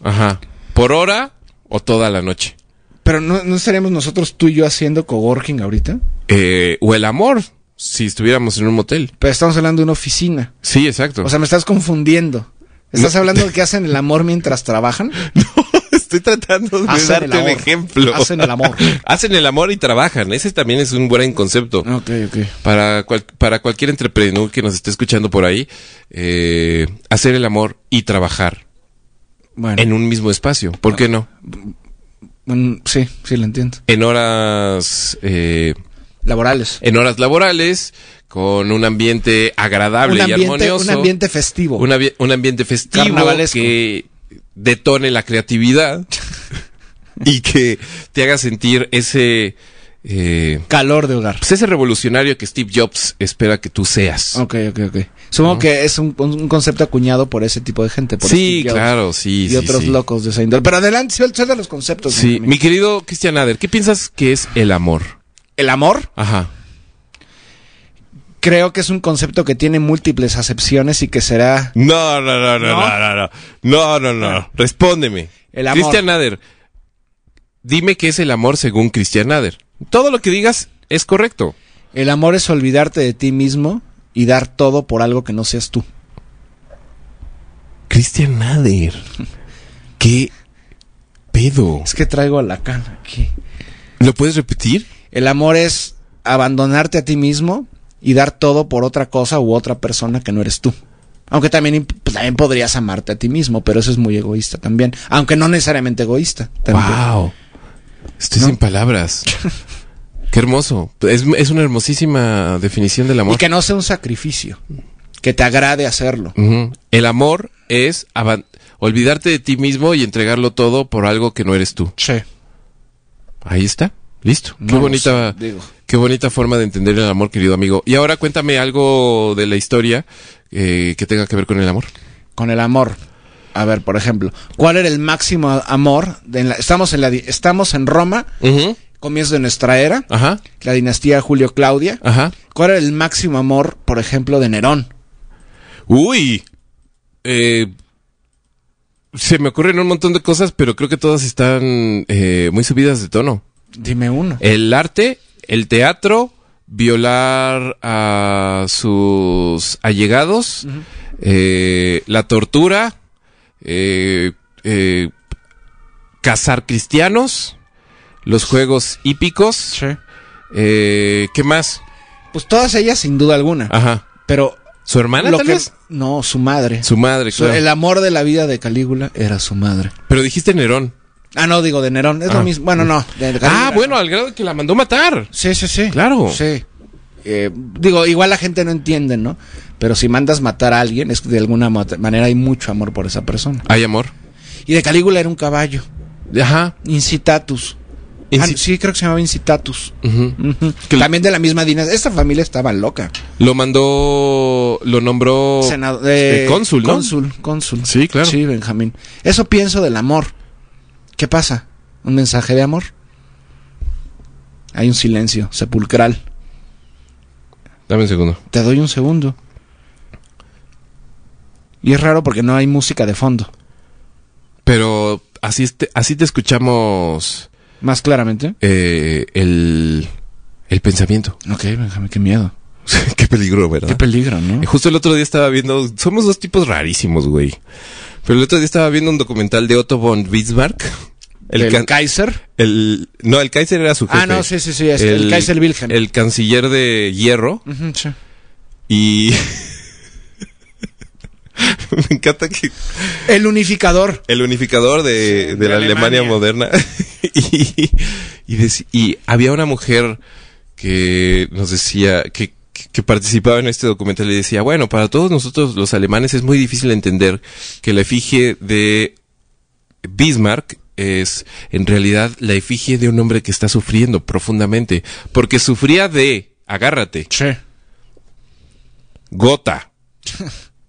Ajá. Por hora o toda la noche.
Pero no, no estaríamos nosotros tú y yo haciendo coworking ahorita.
Eh, o el amor, si estuviéramos en un motel.
Pero estamos hablando de una oficina.
Sí, exacto.
O sea, me estás confundiendo. ¿Estás
No.
hablando de que hacen el amor mientras trabajan?
*laughs* Estoy tratando de
Hacen el
darte un
amor.
ejemplo.
Hacen el
*laughs*
amor.
Hacen el amor y trabajan. Ese también es un buen concepto.
Ok, ok.
Para, cual- para cualquier entrepreneur que nos esté escuchando por ahí, eh, hacer el amor y trabajar
Bueno,
en un mismo espacio. ¿Por qué no?
mm, sí, sí, lo entiendo.
En horas, eh,
Laborales.
en horas laborales, con un ambiente agradable
Un
y
ambiente,
armonioso.
un ambiente festivo.
un, ambi- un ambiente festivo
Carnavalesco.
que detone la creatividad y que te haga sentir ese eh,
calor de hogar.
pues ese revolucionario que Steve Jobs espera que tú seas.
Ok, ok, ok. Supongo que es un, un concepto acuñado por ese tipo de gente. Por
sí,
Steve Jobs
claro, sí,
Y
sí,
otros
sí.
locos de esa índole. Pero adelante, suelta suelta los conceptos.
Sí,
Benjamín.
mi querido Cristian Ader, ¿qué piensas que es el amor?
El amor
Ajá.
creo que es un concepto que tiene múltiples acepciones y que será...
No, no, no, no, Ah. no, no, no, no, no, no. respóndeme.
El amor.
Cristian Ader, dime qué es el amor según Cristian Ader. Todo lo que digas es correcto.
El amor es olvidarte de ti mismo y dar todo por algo que no seas tú.
Cristian Nader. ¿Qué pedo?
Es que traigo a la cana aquí.
¿Lo puedes repetir?
El amor es abandonarte a ti mismo y dar todo por otra cosa u otra persona que no eres tú. Aunque también, imp- pues, también podrías amarte a ti mismo, pero eso es muy egoísta también. Aunque no necesariamente egoísta. también.
Wow. Estoy sin *laughs* palabras. Qué hermoso. Es, es una hermosísima definición del amor.
Y que no sea un sacrificio. Que te agrade hacerlo.
Ujú. El amor es aban- olvidarte de ti mismo y entregarlo todo por algo que no eres tú.
Che.
Ahí está. Listo. Qué
No lo
bonita,
sé, digo.
qué bonita forma de entender el amor, querido amigo. Y ahora cuéntame algo de la historia eh, que tenga que ver con el amor.
Con el amor. A ver, por ejemplo, ¿cuál era el máximo amor? de la- estamos, en la, di- estamos en Roma, comienzo de nuestra era,
Ajá.
la dinastía Julio-Claudia.
Ajá.
¿Cuál era el máximo amor, por ejemplo, de Nerón?
Uy. Eh, se me ocurren un montón de cosas, pero creo que todas están eh, muy subidas de tono.
Dime uno.
El arte, el teatro, violar a sus allegados, eh, la tortura, eh, eh, cazar cristianos, los juegos hípicos. eh, ¿Qué más?
Pues todas ellas, sin duda alguna.
Ajá.
Pero
¿Su hermana
lo
Ah. tal
que-
vez?
No, su madre.
Su madre,
Su-
claro.
El amor de la vida de Calígula era su madre.
Pero dijiste Nerón.
Ah, no, digo de Nerón. Es
Ah.
lo mismo. Bueno, no. de Calígula,
Ah, bueno, al grado que la mandó matar.
no. Sí, sí, sí.
Claro.
Sí. Eh, digo, igual la gente no entiende, ¿no? Pero si mandas matar a alguien, es que de alguna mot- manera hay mucho amor por esa persona.
Hay amor.
Y de Calígula era un caballo.
Ajá.
Incitatus. Ah,
Inci-
sí, creo que se llamaba Incitatus.
Ujú.
Ujú. También de la misma dinastía. Esta familia estaba loca.
Lo mandó, lo nombró
Senado- eh,
eh, cónsul, ¿no?
Cónsul, cónsul.
Sí, claro.
Sí, Benjamín. Eso pienso del amor. ¿Qué pasa? ¿Un mensaje de amor? Hay un silencio sepulcral.
Dame un segundo.
Te doy un segundo. Y es raro porque no hay música de fondo.
Pero así te, así te escuchamos
Más claramente.
eh, el, el pensamiento. *laughs*
Ok, Benjamín, qué miedo.
Qué peligro, ¿verdad?
Qué peligro, ¿no?
Eh, Justo el otro día estaba viendo, somos dos tipos rarísimos, güey. Pero el otro día estaba viendo un documental de Otto von Bismarck. El,
¿Del
can-
Kaiser?
el- no, el Kaiser era su jefe.
Ah, no, sí, sí, sí. es el, Kaiser Wilhelm.
El canciller de hierro.
Ujú, sí.
Y. *laughs* Me encanta que.
El unificador.
El unificador de, de la Alemania, moderna. *laughs* y, y dec- y había una mujer que nos decía. Que, que participaba en este documental y decía: Bueno, para todos nosotros los alemanes es muy difícil entender que la efigie de Bismarck es en realidad la efigie de un hombre que está sufriendo profundamente. Porque sufría de. Agárrate.
Sí.
*laughs* gota,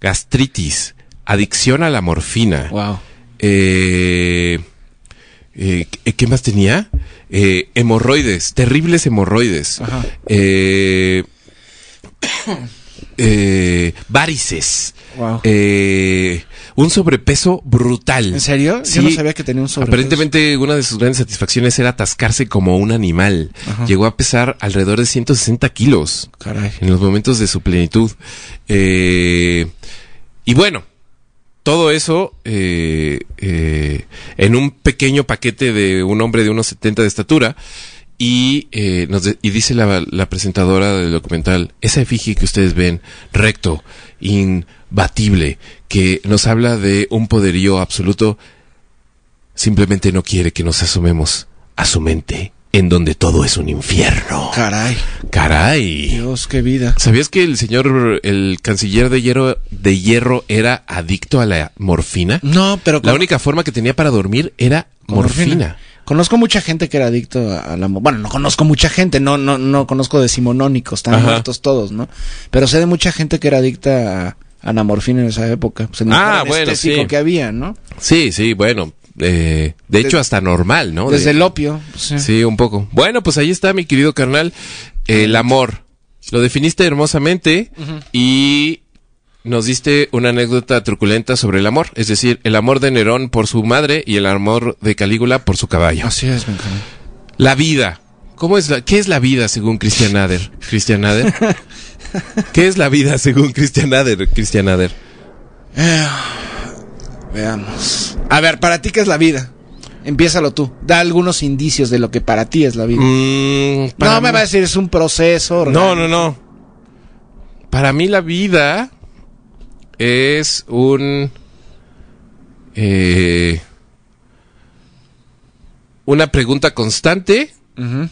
gastritis, adicción a la morfina.
Wow.
Eh, eh, ¿Qué más tenía? Eh, hemorroides, terribles hemorroides.
Ajá.
Eh, *coughs* eh, varices.
Wow.
Eh, un sobrepeso brutal.
¿En serio?
Sí.
Yo no sabía que tenía un sobrepeso.
Aparentemente una de sus grandes satisfacciones era atascarse como un animal. Llegó a pesar alrededor de 160 kilos
Caray.
en los momentos de su plenitud. Eh, y bueno, todo eso eh, eh, en un pequeño paquete de un hombre de unos 70 de estatura. Y, eh, nos de- y dice la, la presentadora del documental, esa efigie que ustedes ven, recto, imbatible, que nos habla de un poderío absoluto, simplemente no quiere que nos asomemos a su mente, en donde todo es un infierno.
Caray.
Caray.
Dios, qué vida.
¿Sabías que el señor, el canciller de hierro, de hierro era adicto a la morfina?
No, pero
La
con-
única forma que tenía para dormir era
con
morfina.
Conozco mucha gente que era adicto a a la mo- bueno, no conozco mucha gente, no no no conozco decimonónicos, están
Ajá.
muertos todos, ¿no? Pero sé de mucha gente que era adicta a, a la morfina en esa época, pues el mejor
Ah, bueno,
anestésico
sí.
que había, ¿no?
Sí, sí, bueno. eh, de hecho, hasta normal, ¿no?
Desde
De-
el opio. pues, sí.
Oh, Sí, un poco. Bueno, pues ahí está, mi querido carnal. El amor. Lo definiste hermosamente y nos diste una anécdota truculenta sobre el amor. Es decir, el amor de Nerón por su madre y el amor de Calígula por su caballo.
Así es, Benjamín.
La vida. ¿Cómo es la, ¿Qué es la vida según Christian Ader? ¿Christian Ader? ¿Qué es la vida según Christian Ader? Christian Ader.
Eh, Veamos. A ver, para ti qué es la vida? Empiézalo tú. Da algunos indicios de lo que para ti es la vida.
Mm, para
no me
mí-
va a decir es un proceso.
No, no, no. Para mí la vida es un... eh, una pregunta constante
Ujú.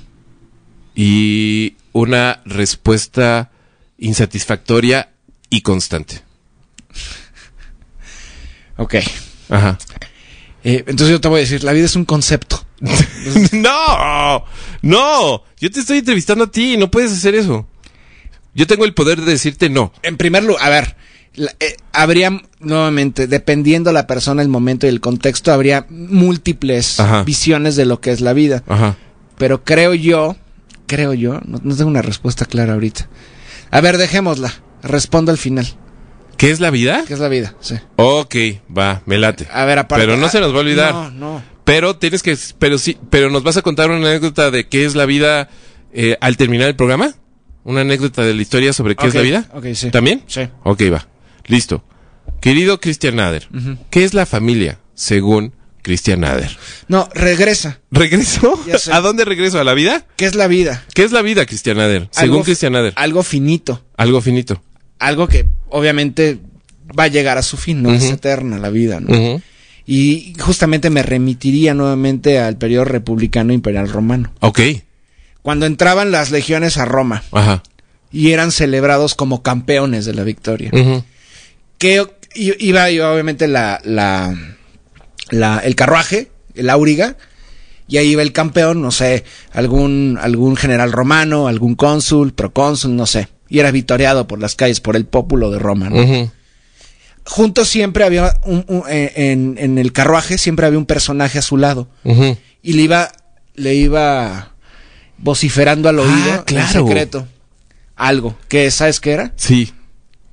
y una respuesta insatisfactoria y constante.
Ok.
Ajá.
Eh, entonces yo te voy a decir, la vida es un concepto.
*laughs* no, no, yo te estoy entrevistando a ti, no puedes hacer eso. Yo tengo el poder de decirte no.
En primer lugar, a ver, la- eh, habría nuevamente, dependiendo la persona, el momento y el contexto, habría múltiples
Ajá.
visiones de lo que es la vida.
Ajá.
Pero creo yo, creo yo, no, no tengo una respuesta clara ahorita. A ver, dejémosla. Respondo al final.
¿Qué es la vida?
¿Qué es la vida? Sí.
Ok, va, me late.
A ver, aparte. ah,
Pero no se nos va a olvidar.
No, no.
Pero tienes que, pero sí, pero nos vas a contar una anécdota de qué es la vida eh, al terminar el programa. Una anécdota de la historia sobre qué
Ok,
es la vida.
ok, sí.
¿También?
Sí.
Ok, va. Listo. Querido Cristian Nader, ¿qué es la familia según Cristian Nader?
No, regresa.
¿Regreso?
Ya sé.
¿A dónde regreso? ¿A la vida?
¿Qué es la vida?
¿Qué es la vida, Cristian Nader? Según
Algo-
Cristian Nader.
Algo finito.
Algo finito.
Algo que obviamente va a llegar a su fin, no es eterna la vida, ¿no?
Ujú.
Y justamente me remitiría nuevamente al periodo republicano imperial romano.
Ok.
Cuando entraban las legiones a Roma
Ajá.
y eran celebrados como campeones de la victoria.
Ujú.
que o- i- iba, iba obviamente la, la, la- el carruaje, el auriga, y ahí iba el campeón, no sé, algún, algún general romano, algún cónsul, procónsul, no sé, y era vitoreado por las calles, por el pópulo de Roma. ¿no?
Ujú.
Junto siempre había, un- un- eh, en, en el carruaje siempre había un personaje a su lado,
Ujú.
y le iba, le iba vociferando al oído,
Ah, claro.
en secreto, algo, que ¿sabes qué era?
Sí.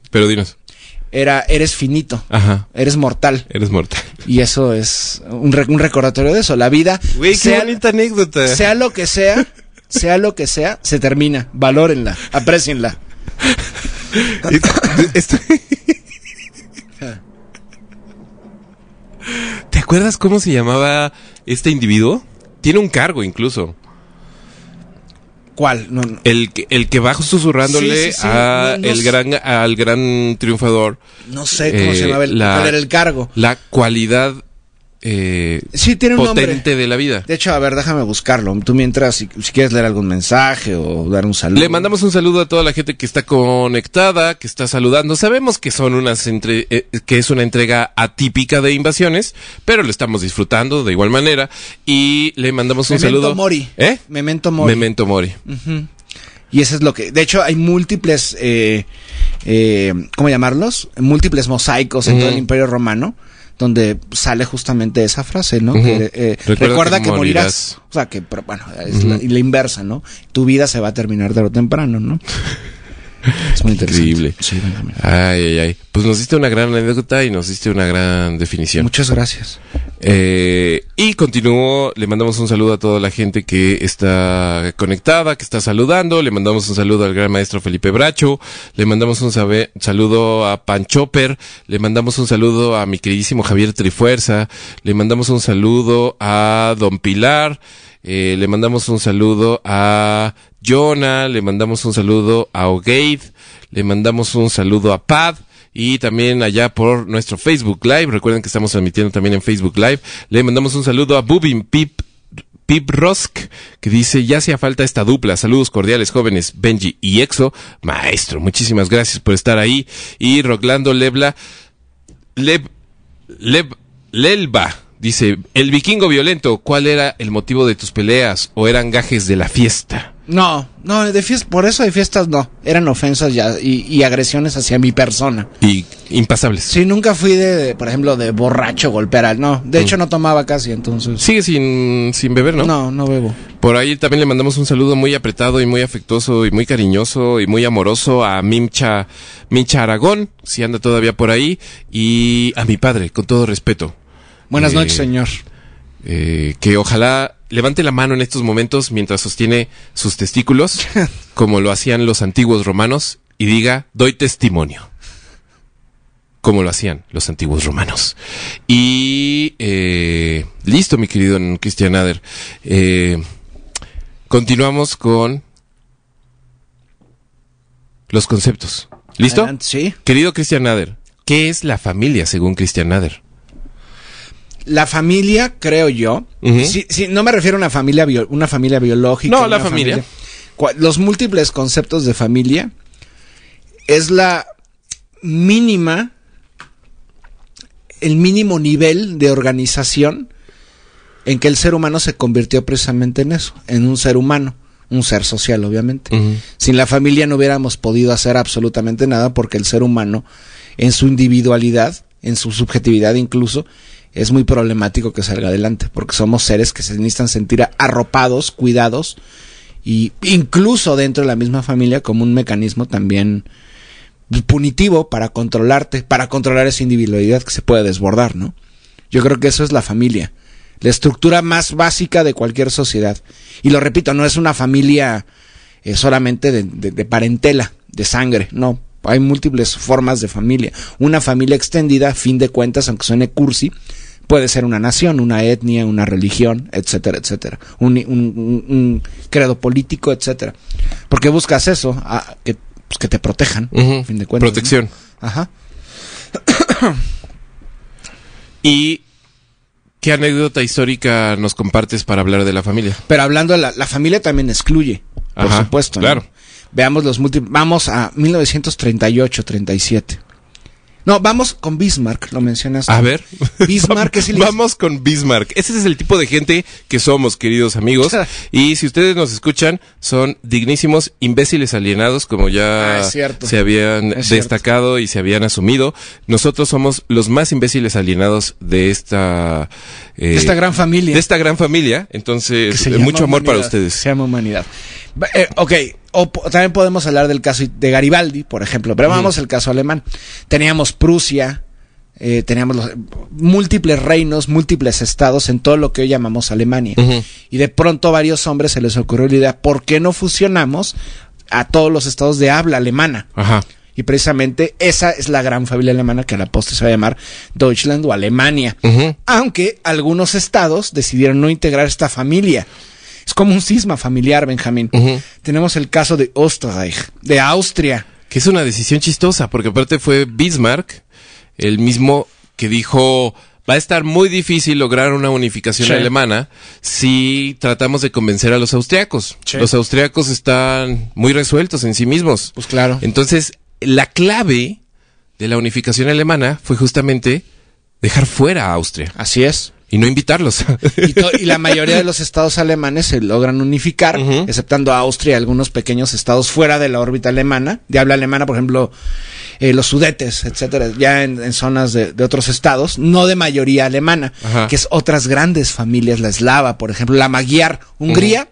Pero dinos.
Era, eres finito,
Ajá.
eres mortal.
Eres mortal.
Y eso es un, re- un recordatorio de eso. La vida,
Güey, qué
sea,
bonita anécdota.
sea lo que sea, sea lo que sea, se termina. Valórenla, aprecienla.
*laughs* Esto- ¿Te acuerdas cómo se llamaba este individuo? Tiene un cargo incluso.
¿Cuál? No, no.
El que, el que va susurrándole
Sí, sí, sí.
a
No, no
el
sé.
gran, al gran triunfador.
No sé cómo se
eh,
llamaba el,
la-
cuál era el cargo.
La cualidad eh,
Sí, tiene un
potente
nombre.
de la vida.
De hecho, a ver, déjame buscarlo. Tú mientras, si, si quieres leer algún mensaje o dar un saludo.
Le mandamos un saludo a toda la gente que está conectada, que está saludando. Sabemos que son unas entre- eh, que es una entrega atípica de invasiones, pero lo estamos disfrutando de igual manera y le mandamos un
Memento
saludo.
Mori.
¿Eh?
Memento Mori.
Memento Mori.
Y eso es lo que. De hecho, hay múltiples. eh, eh, ¿Cómo llamarlos? Múltiples mosaicos en
Ujú.
todo el Imperio Romano. Donde sale justamente esa frase, ¿no?
Ujú.
Que, eh,
Recuerda
recuerda,
que
que, morirás.
morirás.
O sea, que, pero, bueno, es la, y la inversa, ¿no? Tu vida se va a terminar tarde o
*laughs*
temprano, ¿no? Es muy interesante.
Increíble.
Sí, Benjamín.
Ay, ay, ay. Pues nos diste una gran anécdota y nos diste una gran definición.
Muchas gracias.
Eh, y continúo, le mandamos un saludo a toda la gente que está conectada, que está saludando, le mandamos un saludo al gran maestro Felipe Bracho, le mandamos un sabe- saludo a Panchoper, le mandamos un saludo a mi queridísimo Javier Trifuerza, le mandamos un saludo a Don Pilar, eh, le mandamos un saludo a Jonah, le mandamos un saludo a O'Gate, le mandamos un saludo a Pad, y también allá por nuestro Facebook Live. Recuerden que estamos transmitiendo también en Facebook Live. Le mandamos un saludo a Bubin Pip. Pip Rosk, que dice, ya hacía falta esta dupla. Saludos cordiales, jóvenes, Benji y Exo. Maestro, muchísimas gracias por estar ahí. Y Roglando Lebla, Leb, Leb, Lelba, dice, el vikingo violento, ¿cuál era el motivo de tus peleas o eran gajes de la fiesta?
No, no, de fies- por eso de fiestas no. Eran ofensas ya, y, y agresiones hacia mi persona.
Y impasables.
Sí, nunca fui de, de, por ejemplo, de borracho golpear al. No, de hecho no tomaba casi, entonces.
Sigue sin, sin beber, Mm. ¿no?
No, no bebo.
Por ahí también le mandamos un saludo muy apretado y muy afectuoso y muy cariñoso y muy amoroso a Mimcha, Mimcha Aragón, si anda todavía por ahí, y a mi padre, con todo respeto,
Buenas
Eh,
noches, señor.
eh, que ojalá levante la mano en estos momentos mientras sostiene sus
*laughs*
testículos, como lo hacían los antiguos romanos, y diga, doy testimonio. Como lo hacían los antiguos romanos. Y eh, listo, mi querido Cristian Ader. Eh, Continuamos con los conceptos. ¿Listo?
Adelante, Sí.
Querido Cristian Nader, ¿qué es la familia según Cristian Nader?
La familia, creo yo.
Ujú.
sí, sí, no me refiero a una familia, bio- una familia biológica.
No, la
una
familia.
Cua- Los múltiples conceptos de familia es la mínima, el mínimo nivel de organización en que el ser humano se convirtió precisamente en eso, en un ser humano, un ser social, obviamente. Sin la familia no hubiéramos podido hacer absolutamente nada porque el ser humano, en su individualidad, en su subjetividad incluso, es muy problemático que salga adelante, porque somos seres que se necesitan sentir arropados, cuidados, y incluso dentro de la misma familia como un mecanismo también punitivo para controlarte, para controlar esa individualidad que se puede desbordar, ¿no? Yo creo que eso es la familia, la estructura más básica de cualquier sociedad. Y lo repito, no es una familia eh, solamente de, de- de parentela, de sangre, no. Hay múltiples formas de familia. Una familia extendida, a fin de cuentas, aunque suene cursi, puede ser una nación, una etnia, una religión, etcétera, etcétera. Un, un- un- un credo político, etcétera. Porque buscas eso, a- que, pues, que te protejan, a fin de cuentas. ¿no?
Protección.
Ajá.
¿Y qué anécdota histórica nos compartes para hablar de la familia?
Pero hablando de la, la familia también excluye, por
Ajá,
supuesto. ¿no?
claro.
Veamos los múltiples. Vamos a 1938-37. No, vamos con Bismarck, lo mencionas.
A ver.
*laughs* Bismarck es el-
Vamos con Bismarck. Ese es el tipo de gente que somos, queridos
*laughs*
amigos. Y si ustedes nos escuchan, son dignísimos imbéciles alienados, como ya
Ah, es cierto.
se habían
Es cierto.
destacado y se habían asumido. Nosotros somos los más imbéciles alienados de esta... eh,
de esta gran familia.
de esta gran familia.
que
Entonces,
se
eh,
llama
mucho amor para
humanidad,
ustedes.
Se llama humanidad. Ba- eh, ok, o po- también podemos hablar del caso de Garibaldi, por ejemplo, pero vamos al caso alemán. Teníamos Prusia, eh, teníamos los- múltiples reinos, múltiples estados en todo lo que hoy llamamos Alemania. Y de pronto a varios hombres se les ocurrió la idea, ¿por qué no fusionamos a todos los estados de habla alemana?
Ajá.
Y precisamente esa es la gran familia alemana que a la postre se va a llamar Deutschland o Alemania.
Ujú.
Aunque algunos estados decidieron no integrar esta familia. Es como un cisma familiar, Benjamín.
Ujú.
Tenemos el caso de Österreich, de Austria.
Que es una decisión chistosa, porque aparte fue Bismarck el mismo que dijo, va a estar muy difícil lograr una unificación
Sí.
alemana si tratamos de convencer a los austriacos.
Sí.
Los austriacos están muy resueltos en sí mismos.
Pues claro.
Entonces, la clave de la unificación alemana fue justamente dejar fuera a Austria
Así es.
y no invitarlos. *laughs*
*laughs* Y, to- y la mayoría de los estados alemanes se logran unificar, exceptando a Austria y algunos pequeños estados fuera de la órbita alemana, de habla alemana, por ejemplo, eh, los sudetes, etcétera, ya en, en zonas de, de otros estados, no de mayoría alemana,
Ajá.
que es otras grandes familias, la eslava, por ejemplo, la magiar, Hungría.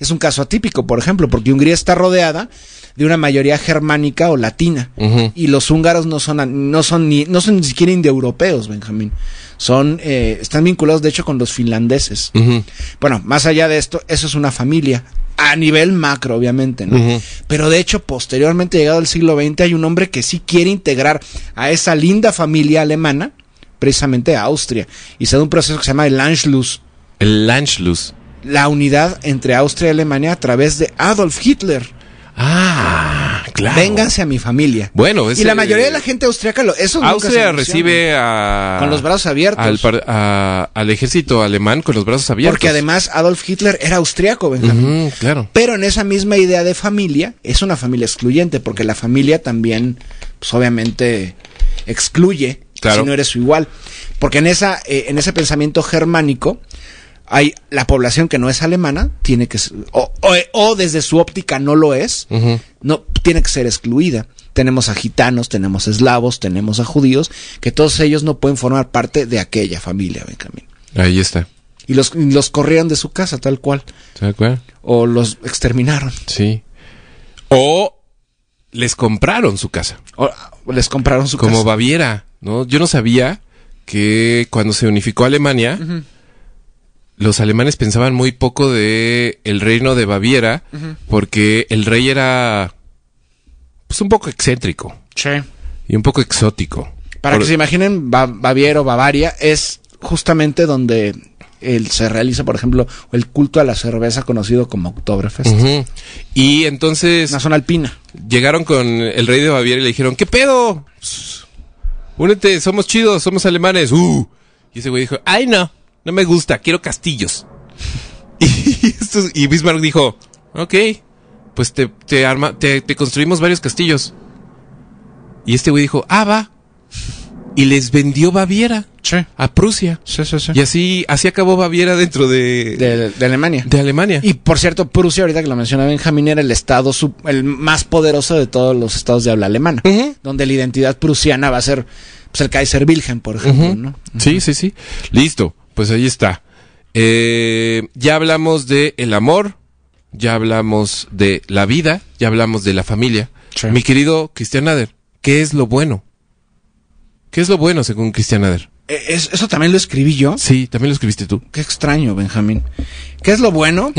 Es un caso atípico, por ejemplo, porque Hungría está rodeada de una mayoría germánica o latina. Y los húngaros no son, a- no son ni, no son ni siquiera indoeuropeos, Benjamín. Son, eh, están vinculados, de hecho, con los finlandeses.
Ujú.
Bueno, más allá de esto, eso es una familia. A nivel macro, obviamente, ¿no? Pero de hecho, posteriormente, llegado al siglo XX, hay un hombre que sí quiere integrar a esa linda familia alemana, precisamente a Austria. Y se da un proceso que se llama el Anschluss,
El Anschluss.
la unidad entre Austria y Alemania a través de Adolf Hitler.
Ah, claro.
Vénganse a mi familia.
Bueno,
y
ese-
la mayoría de la gente austriaca, lo, eso nunca se
Austria
menciona.
recibe a...
Con los brazos abiertos.
Ah, Al, par- a- al ejército alemán con los brazos abiertos.
Porque además Adolf Hitler era austriaco, Benjamín.
Ujú, claro.
Pero en esa misma idea de familia, es una familia excluyente, porque la familia también, pues obviamente, excluye
Claro.
si no eres su igual. Porque en, esa, eh, en ese pensamiento germánico, hay la población que no es alemana, tiene que s- o, o- eh, o desde su óptica no lo es, no tiene que ser excluida. Tenemos a gitanos, tenemos a eslavos, tenemos a judíos, que todos ellos no pueden formar parte de aquella familia, Benjamín.
Ahí está.
Y los, y los corrieron de su casa, tal cual,
¿Se acuerdan?
o los exterminaron.
Sí. O les compraron su casa.
O- o les compraron su
como
casa.
Baviera, ¿no? Yo no sabía que cuando se unificó Alemania, los alemanes pensaban muy poco de el reino de Baviera, porque el rey era pues un poco excéntrico y un poco exótico.
Para
Por-
que se imaginen, Ba- Baviera o Bavaria es justamente donde el- se realiza, por ejemplo, el culto a la cerveza conocido como Oktoberfest.
Ujú. Y entonces
Una zona alpina.
llegaron con el rey de Baviera y le dijeron, ¿qué pedo? Pss, Únete, somos chidos, somos alemanes. ¡Uh! Y ese güey dijo, ay no, no me gusta, quiero castillos. *laughs* Y, estos- y Bismarck dijo, ok, pues te, te, arma, te, te construimos varios castillos. Y este güey dijo, ah, va. y les vendió Baviera
Sí,
a Prusia.
sí, sí. sí.
Y así, así acabó Baviera dentro de, de,
De, de Alemania.
Alemania.
Y por cierto, Prusia, ahorita que lo menciona Benjamín, era el estado sub- el más poderoso de todos los estados de habla alemana.
Ujú.
Donde la identidad prusiana va a ser pues, el Kaiser Wilhelm, por ejemplo,
Ujú.
¿no?
Sí, sí, sí. Listo, pues ahí está. Eh, ya hablamos de el amor, ya hablamos de la vida, ya hablamos de la familia.
Sí.
Mi querido Cristian Nader, ¿qué es lo bueno? ¿Qué es lo bueno según Cristian Nader?
Eh, es- eso también lo escribí yo.
Sí, también lo escribiste tú.
Qué extraño, Benjamín. ¿Qué es lo bueno?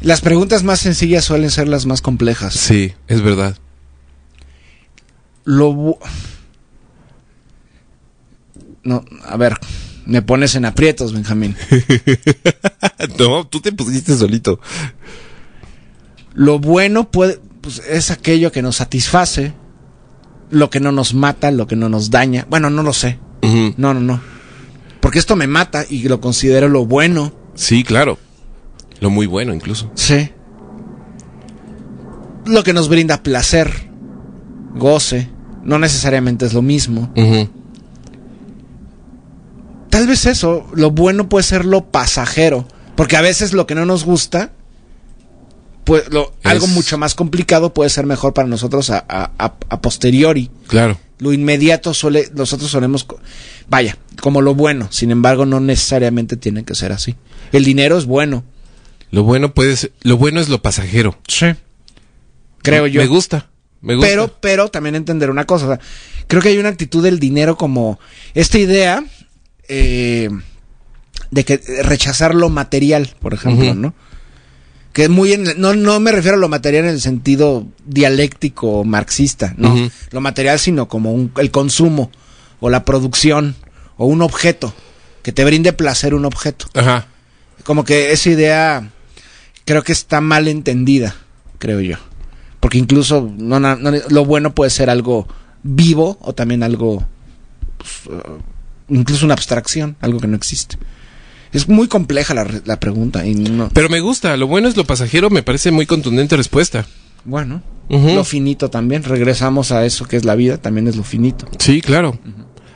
Las preguntas más sencillas suelen ser las más complejas.
Sí, es verdad.
Lo bu- No, a ver, me pones en aprietos, Benjamín.
No, tú te pusiste solito.
Lo bueno puede, pues, es aquello que nos satisface, lo que no nos mata, lo que no nos daña. Bueno, no lo sé.
Ujú.
No, no, no. Porque esto me mata y lo considero lo bueno.
Sí, claro. Lo muy bueno incluso.
Sí. Lo que nos brinda placer, goce, no necesariamente es lo mismo.
Ujú.
Tal vez eso, lo bueno puede ser lo pasajero, porque a veces lo que no nos gusta, pues lo- algo mucho más complicado puede ser mejor para nosotros a, a- a- a posteriori.
Claro.
Lo inmediato suele, nosotros solemos, co- vaya, como lo bueno, sin embargo no necesariamente tiene que ser así. El dinero es bueno,
Lo bueno puede ser- lo bueno es lo pasajero.
creo yo.
Me gusta. Me gusta.
Pero, pero también entender una cosa. o sea, creo que hay una actitud del dinero como esta idea eh, de que eh, rechazar lo material, por ejemplo,
Ujú.
¿no? Que es muy en- no, no me refiero a lo material en el sentido dialéctico o marxista, no.
Ujú.
Lo material, sino como un- el consumo, o la producción, o un objeto, que te brinde placer un objeto.
Ajá.
Como que esa idea creo que está mal entendida, creo yo. Porque incluso no, na- no- lo bueno puede ser algo vivo o también algo, pues, eh, incluso una abstracción, algo que no existe. Es muy compleja la, re- la pregunta y no,
Pero me gusta, lo bueno es lo pasajero, me parece muy contundente respuesta.
bueno,
Ujú.
lo finito también, regresamos a eso que es la vida, también es lo finito.
Sí, claro.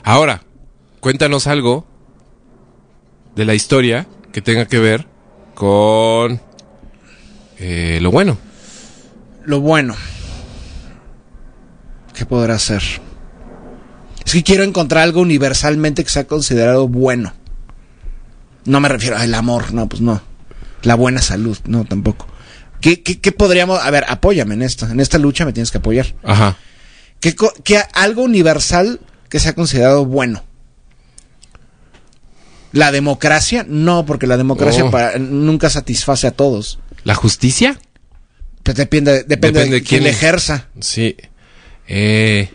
Ahora, cuéntanos algo de la historia que tenga que ver con eh, lo bueno.
Lo bueno, ¿qué podrá ser? Es que quiero encontrar algo universalmente que sea considerado bueno. No me refiero al amor, no, pues no. La buena salud, no, tampoco. ¿Qué, qué, qué podríamos.? A ver, apóyame en esta. En esta lucha me tienes que apoyar.
Ajá.
¿Qué, co- qué a- algo universal que sea considerado bueno? ¿La democracia? No, porque la democracia
Oh.
para- nunca satisface a todos.
¿La justicia?
Pues depende, depende,
Depende
de
de
quién,
quién-
ejerza.
Sí. Eh,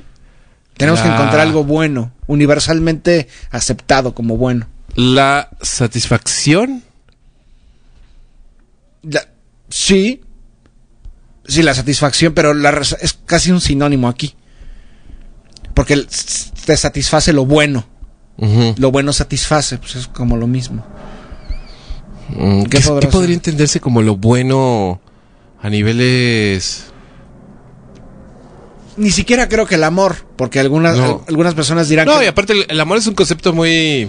Tenemos que
La-
encontrar algo bueno, universalmente aceptado como bueno.
¿La satisfacción?
La- sí. Sí, la satisfacción, pero la res- es casi un sinónimo aquí. Porque el- s- te satisface lo bueno.
Ujú.
Lo bueno satisface, pues es como lo mismo.
Mm,
¿Qué
¿Qué,
podrá
qué
ser?
podría entenderse como lo bueno a niveles...
Ni siquiera creo que el amor, porque algunas,
No.
al- algunas personas dirán
No,
que-
y aparte el, el amor es un concepto muy...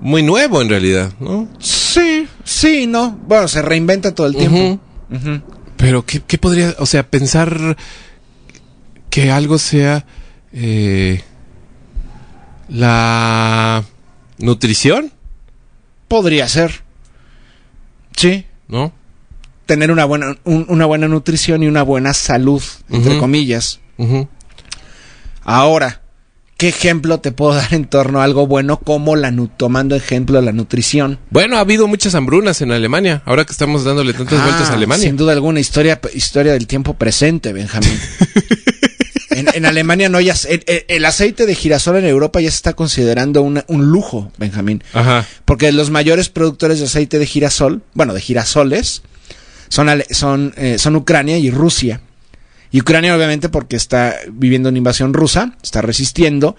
Muy nuevo en realidad, ¿no?
Sí, sí, no. Bueno, se reinventa todo el tiempo.
Ujú.
Ujú.
Pero, ¿qué, qué podría, o sea, pensar que algo sea eh, la nutrición,
Podría ser. Sí.
¿no?
Tener una buena, un- una buena nutrición y una buena salud, entre
Ujú.
comillas.
Ujú.
Ahora, ¿qué ejemplo te puedo *laughs* dar en torno a algo bueno como la nu- tomando ejemplo la nutrición?
Bueno, ha habido muchas hambrunas en Alemania, ahora que estamos dándole tantas
Ah,
vueltas a Alemania.
Sin duda alguna, historia, historia del tiempo
*laughs*
presente, Benjamín. en, en Alemania no hay ace- el, el- el aceite de girasol en Europa ya se está considerando una- un lujo, Benjamín.
Ajá.
Porque los mayores productores de aceite de girasol, bueno, de girasoles, son, ale- son, eh, son Ucrania y Rusia. Y Ucrania obviamente porque está viviendo una invasión rusa, está resistiendo,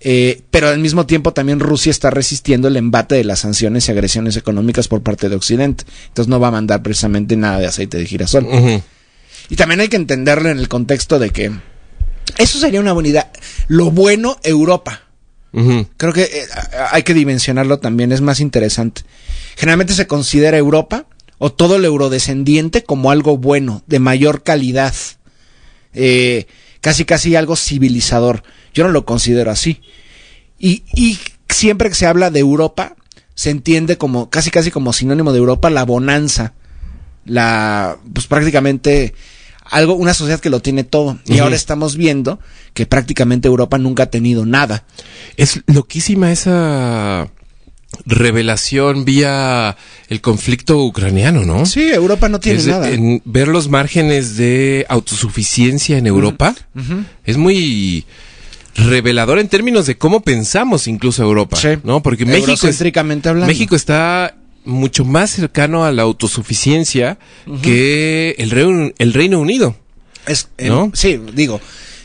eh, pero al mismo tiempo también Rusia está resistiendo el embate de las sanciones y agresiones económicas por parte de Occidente. Entonces no va a mandar precisamente nada de aceite de girasol.
Ujú.
Y también hay que entenderlo en el contexto de que Eso sería una buena idea. Lo bueno, Europa.
Ujú.
Creo que eh, a- a- hay que dimensionarlo también, es más interesante. Generalmente se considera Europa o todo el eurodescendiente como algo bueno, de mayor calidad, eh, casi casi algo civilizador. Yo no lo considero así. Y, y siempre que se habla de Europa, se entiende como casi casi como sinónimo de Europa la bonanza, la pues prácticamente algo una sociedad que lo tiene todo. Y
Ujú.
ahora estamos viendo que prácticamente Europa nunca ha tenido nada.
Es loquísima esa revelación vía el conflicto ucraniano, ¿no?
Sí, Europa no tiene
Es,
nada.
en ver los márgenes de autosuficiencia en Europa es muy revelador en términos de cómo pensamos incluso Europa,
Sí.
¿no? Porque México es-
Eurocentricamente hablando.
México está mucho más cercano a la autosuficiencia que el Reino, el Reino Unido.
Es, eh,
¿No?
Sí, digo,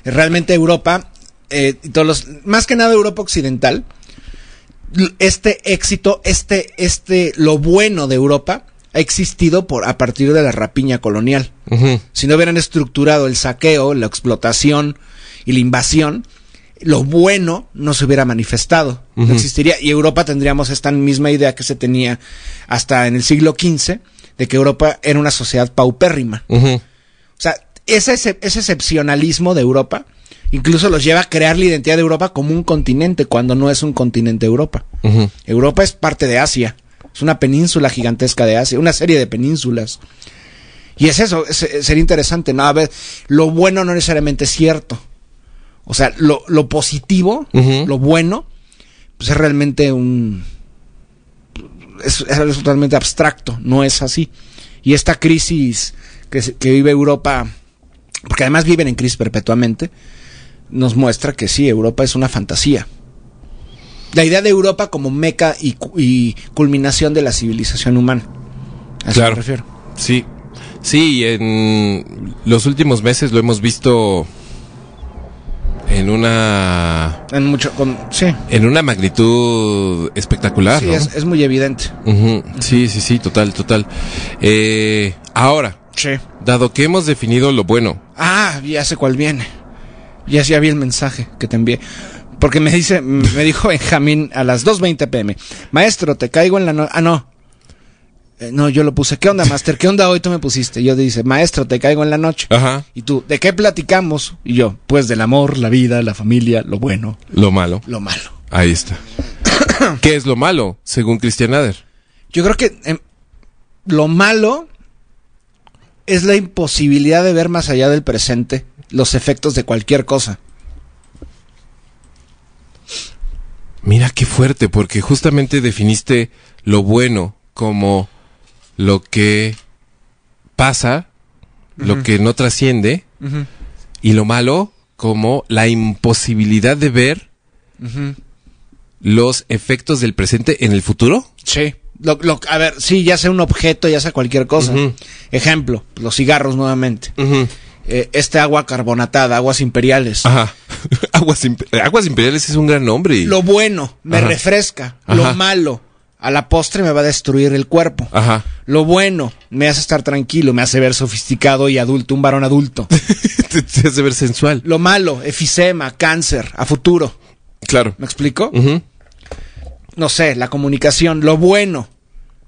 realmente Europa, eh, y todos los, más que nada Europa Occidental, l- este éxito, este, este, lo bueno de Europa ha existido por, a partir de la rapiña colonial.
Ujú.
Si no hubieran estructurado el saqueo, la explotación y la invasión, lo bueno no se hubiera manifestado,
Ujú.
no existiría. Y Europa tendríamos esta misma idea que se tenía hasta en el siglo XV, de que Europa era una sociedad paupérrima.
Ujú.
O sea, ese, ese- ese excepcionalismo de Europa incluso los lleva a crear la identidad de Europa como un continente cuando no es un continente Europa.
Ujú.
Europa es parte de Asia, es una península gigantesca de Asia, una serie de penínsulas. Y es eso, es- es- sería interesante, ¿no? A ver, lo bueno no necesariamente es cierto. O sea, lo, lo positivo,
Ujú.
lo bueno, pues es realmente un... Es, es algo totalmente abstracto, no es así. Y esta crisis que, se- que vive Europa, porque además viven en crisis perpetuamente, nos muestra que sí, Europa es una fantasía. La idea de Europa como meca y, cu- y culminación de la civilización humana. A eso
Claro.
me refiero.
Sí, sí, en los últimos meses lo hemos visto en una
En mucho, con- sí,
en una magnitud espectacular.
sí
¿no?
es, es muy evidente.
Ujú. sí, sí, sí, total, total. Eh, ahora,
Sí.
dado que hemos definido lo bueno,
Ah, ya sé cuál viene. Ya, ya vi el mensaje que te envié. Porque me dice, me dijo Benjamín a las 2.20 pm. Maestro, te caigo en la no... Ah, no. Eh, no, yo lo puse. ¿Qué onda, Master? ¿Qué onda hoy tú me pusiste? Y yo dice, maestro, te caigo en la noche.
ajá,
Y tú, ¿de qué platicamos? Y yo, pues del amor, la vida, la familia, lo bueno,
lo malo,
lo malo.
ahí *coughs* está. ¿Qué es lo malo, según Christian Ader?
Yo creo que em, lo malo es la imposibilidad de ver más allá del presente los efectos de cualquier cosa.
Mira qué fuerte, porque justamente definiste lo bueno como lo que pasa, lo que no trasciende, y lo malo como la imposibilidad de ver los efectos del presente en el futuro.
Sí. Lo, lo- a ver, sí, ya sea un objeto, ya sea cualquier cosa.
Ujú.
Ejemplo, los cigarros nuevamente. Eh, este agua carbonatada, aguas imperiales.
Ajá. *laughs* Aguas, Imp- Aguas Imperiales es un gran nombre. y-
Lo bueno me
Ajá.
refresca.
Ajá.
Lo malo a la postre me va a destruir el cuerpo. *laughs*
Ajá.
Lo bueno me hace estar tranquilo, me hace ver sofisticado y adulto, un
*laughs*
varón adulto.
te, te hace ver sensual.
Lo malo, efisema, cáncer, a futuro.
Claro.
¿Me explico?
Ujú.
No sé, la comunicación, lo bueno,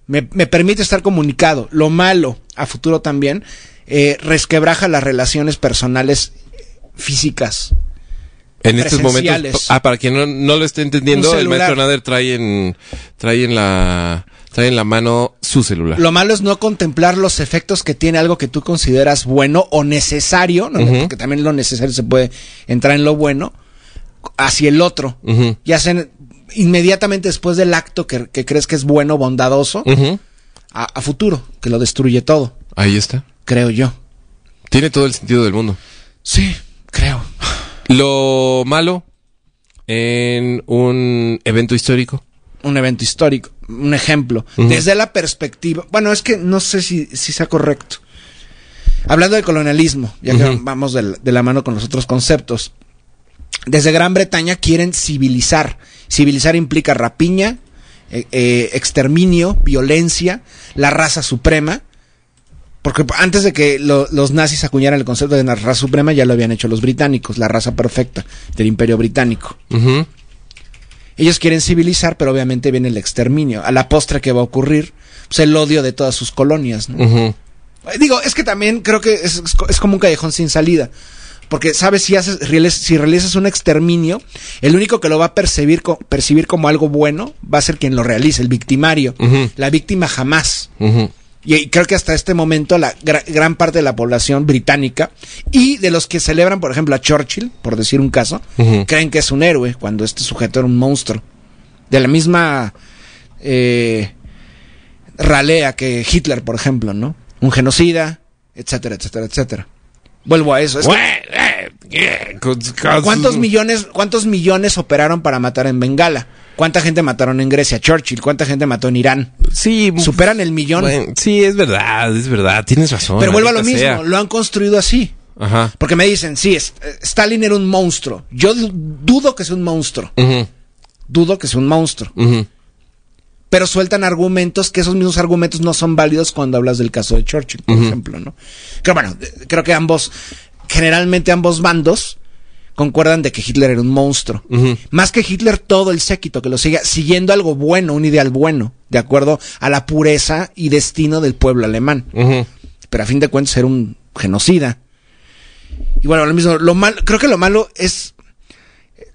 me, me permite estar comunicado. Lo malo, a futuro también, eh, resquebraja las relaciones personales físicas.
En estos momentos,
Presenciales.
ah, para quien no, no lo esté entendiendo,
Un
el
celular.
maestro Nader trae en, trae en la, trae en la mano su celular.
Lo malo es no contemplar los efectos que tiene algo que tú consideras bueno o necesario, ¿no?
Ujú.
porque también lo necesario se puede entrar en lo bueno, hacia el otro.
Ujú.
Ya sea en- inmediatamente después del acto que, que crees que es bueno, bondadoso,
Ujú.
a, a futuro, que lo destruye todo,
Ahí está.
creo yo.
Tiene todo el sentido del mundo.
Sí, creo.
Lo malo en un evento histórico.
un evento histórico, un ejemplo, desde la perspectiva, bueno, es que no sé si, si sea correcto. Hablando del colonialismo, ya que vamos del- de, la mano con los otros conceptos, desde Gran Bretaña quieren civilizar. Civilizar implica rapiña, eh, eh, exterminio, violencia, la raza suprema. Porque antes de que lo- los nazis acuñaran el concepto de una raza suprema, ya lo habían hecho los británicos, la raza perfecta del imperio británico.
Ujú.
Ellos quieren civilizar, pero obviamente viene el exterminio. A la postre que va a ocurrir, pues el odio de todas sus colonias. ¿no?
Ujú.
Eh, Digo, es que también creo que es, es co- es como un callejón sin salida. Porque, ¿sabes? Si, haces, realiz- si realizas un exterminio, el único que lo va a percibir, co- percibir como algo bueno va a ser quien lo realice, el victimario.
Ujú.
La víctima jamás.
Ujú.
Y, y creo que hasta este momento la gra- gran parte de la población británica y de los que celebran, por ejemplo, a Churchill, por decir un caso,
Ujú.
creen que es un héroe cuando este sujeto era un monstruo. De la misma eh, ralea que Hitler, por ejemplo, ¿no? Un genocida, etcétera, etcétera, etcétera. Vuelvo a eso. es que- ¿Cuántos millones, ¿Cuántos millones operaron para matar en Bengala? ¿Cuánta gente mataron en Grecia? Churchill. ¿Cuánta gente mató en Irán?
Sí,
Superan el millón.
bueno, sí, es verdad, es verdad, tienes razón.
Pero vuelvo a lo
maldita
mismo,
sea.
lo han construido así.
Ajá.
Porque me dicen, sí, es- eh, Stalin era un monstruo. Yo du- dudo que sea un monstruo.
Ujú,
Dudo que sea un monstruo.
ujú.
Pero sueltan argumentos que esos mismos argumentos no son válidos cuando hablas del caso de Churchill, por ejemplo, ¿no? Creo, bueno, eh, creo que ambos, generalmente ambos bandos concuerdan de que Hitler era un monstruo. Más que Hitler, todo el séquito que lo sigue siguiendo algo bueno, un ideal bueno, de acuerdo a la pureza y destino del pueblo alemán. pero a fin de cuentas era un genocida. Y bueno, lo mismo, lo mal, creo que lo malo es,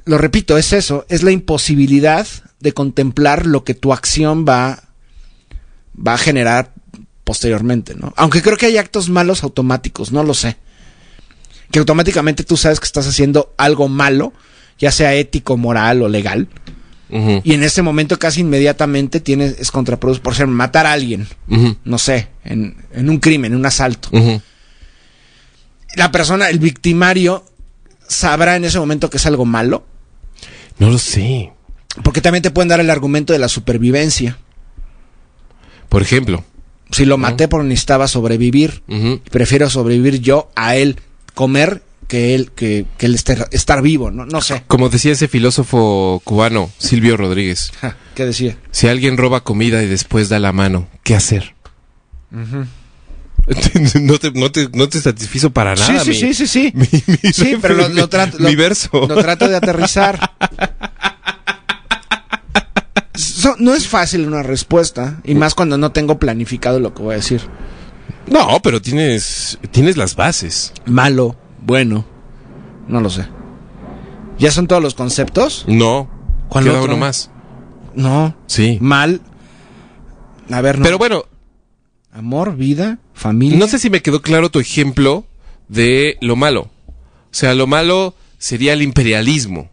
lo repito, es eso, es la imposibilidad de contemplar lo que tu acción va, va a generar posteriormente, ¿no? Aunque creo que hay actos malos automáticos, no lo sé. Que automáticamente tú sabes que estás haciendo algo malo, ya sea ético, moral o legal. Y en ese momento casi inmediatamente tienes, es contraproducente, por ser matar a alguien, no sé, en, en un crimen, en un asalto la persona, el victimario, sabrá en ese momento que es algo malo,
No lo sé.
porque también te pueden dar el argumento de la supervivencia.
Por ejemplo.
Si lo maté porque necesitaba sobrevivir,
Ujú.
prefiero sobrevivir yo a él comer que él, que, que él esté- estar vivo, no, no sé.
Como decía ese filósofo cubano, Silvio Rodríguez,
Ja, ¿Qué decía?
si alguien roba comida y después da la mano, ¿qué hacer? *laughs* no, te, no, te, no te satisfizo para nada. *laughs*
sí,
mi-
sí, sí, sí, sí. sí, pero lo, lo trato. lo-
mi verso.
Lo trato de *laughs* aterrizar. So- no es fácil una respuesta, y más cuando no tengo planificado lo que voy a decir.
*laughs* No, pero tienes, tienes las bases.
malo, bueno, no lo sé. ¿Ya son todos los conceptos?
No.
¿Cuál
queda
otro?
uno más.
No.
Sí.
Mal. A ver, no.
Pero bueno,
Amor, vida, familia.
no sé si me quedó claro tu ejemplo de lo malo. O sea, lo malo sería el imperialismo,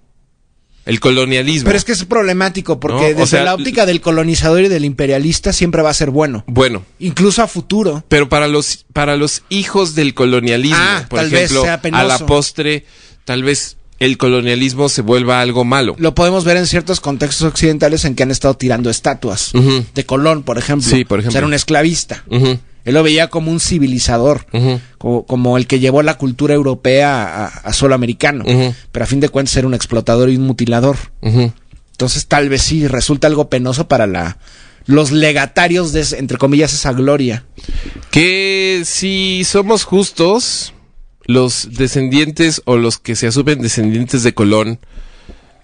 el colonialismo.
Pero es que es problemático
No,
porque
o
desde
sea,
la óptica del colonizador y del imperialista siempre va a ser bueno.
Bueno,
Incluso a futuro.
pero para los, para los hijos del colonialismo,
Ah,
por
tal vez
ejemplo,
sea penoso.
a la postre, tal vez el colonialismo se vuelva algo malo.
Lo podemos ver en ciertos contextos occidentales en que han estado tirando estatuas.
Ujú.
De Colón, por ejemplo.
Sí, por ejemplo.
O sea, Era un esclavista.
Ujú,
Él lo veía como un civilizador,
Ujú.
como, como el que llevó la cultura europea a, a suelo americano,
Ujú.
pero a fin de cuentas era un explotador y un mutilador.
ujú.
Entonces tal vez sí resulta algo penoso para la, los legatarios de, ese- entre comillas, esa gloria.
Que si somos justos, los descendientes o los que se asumen descendientes de Colón,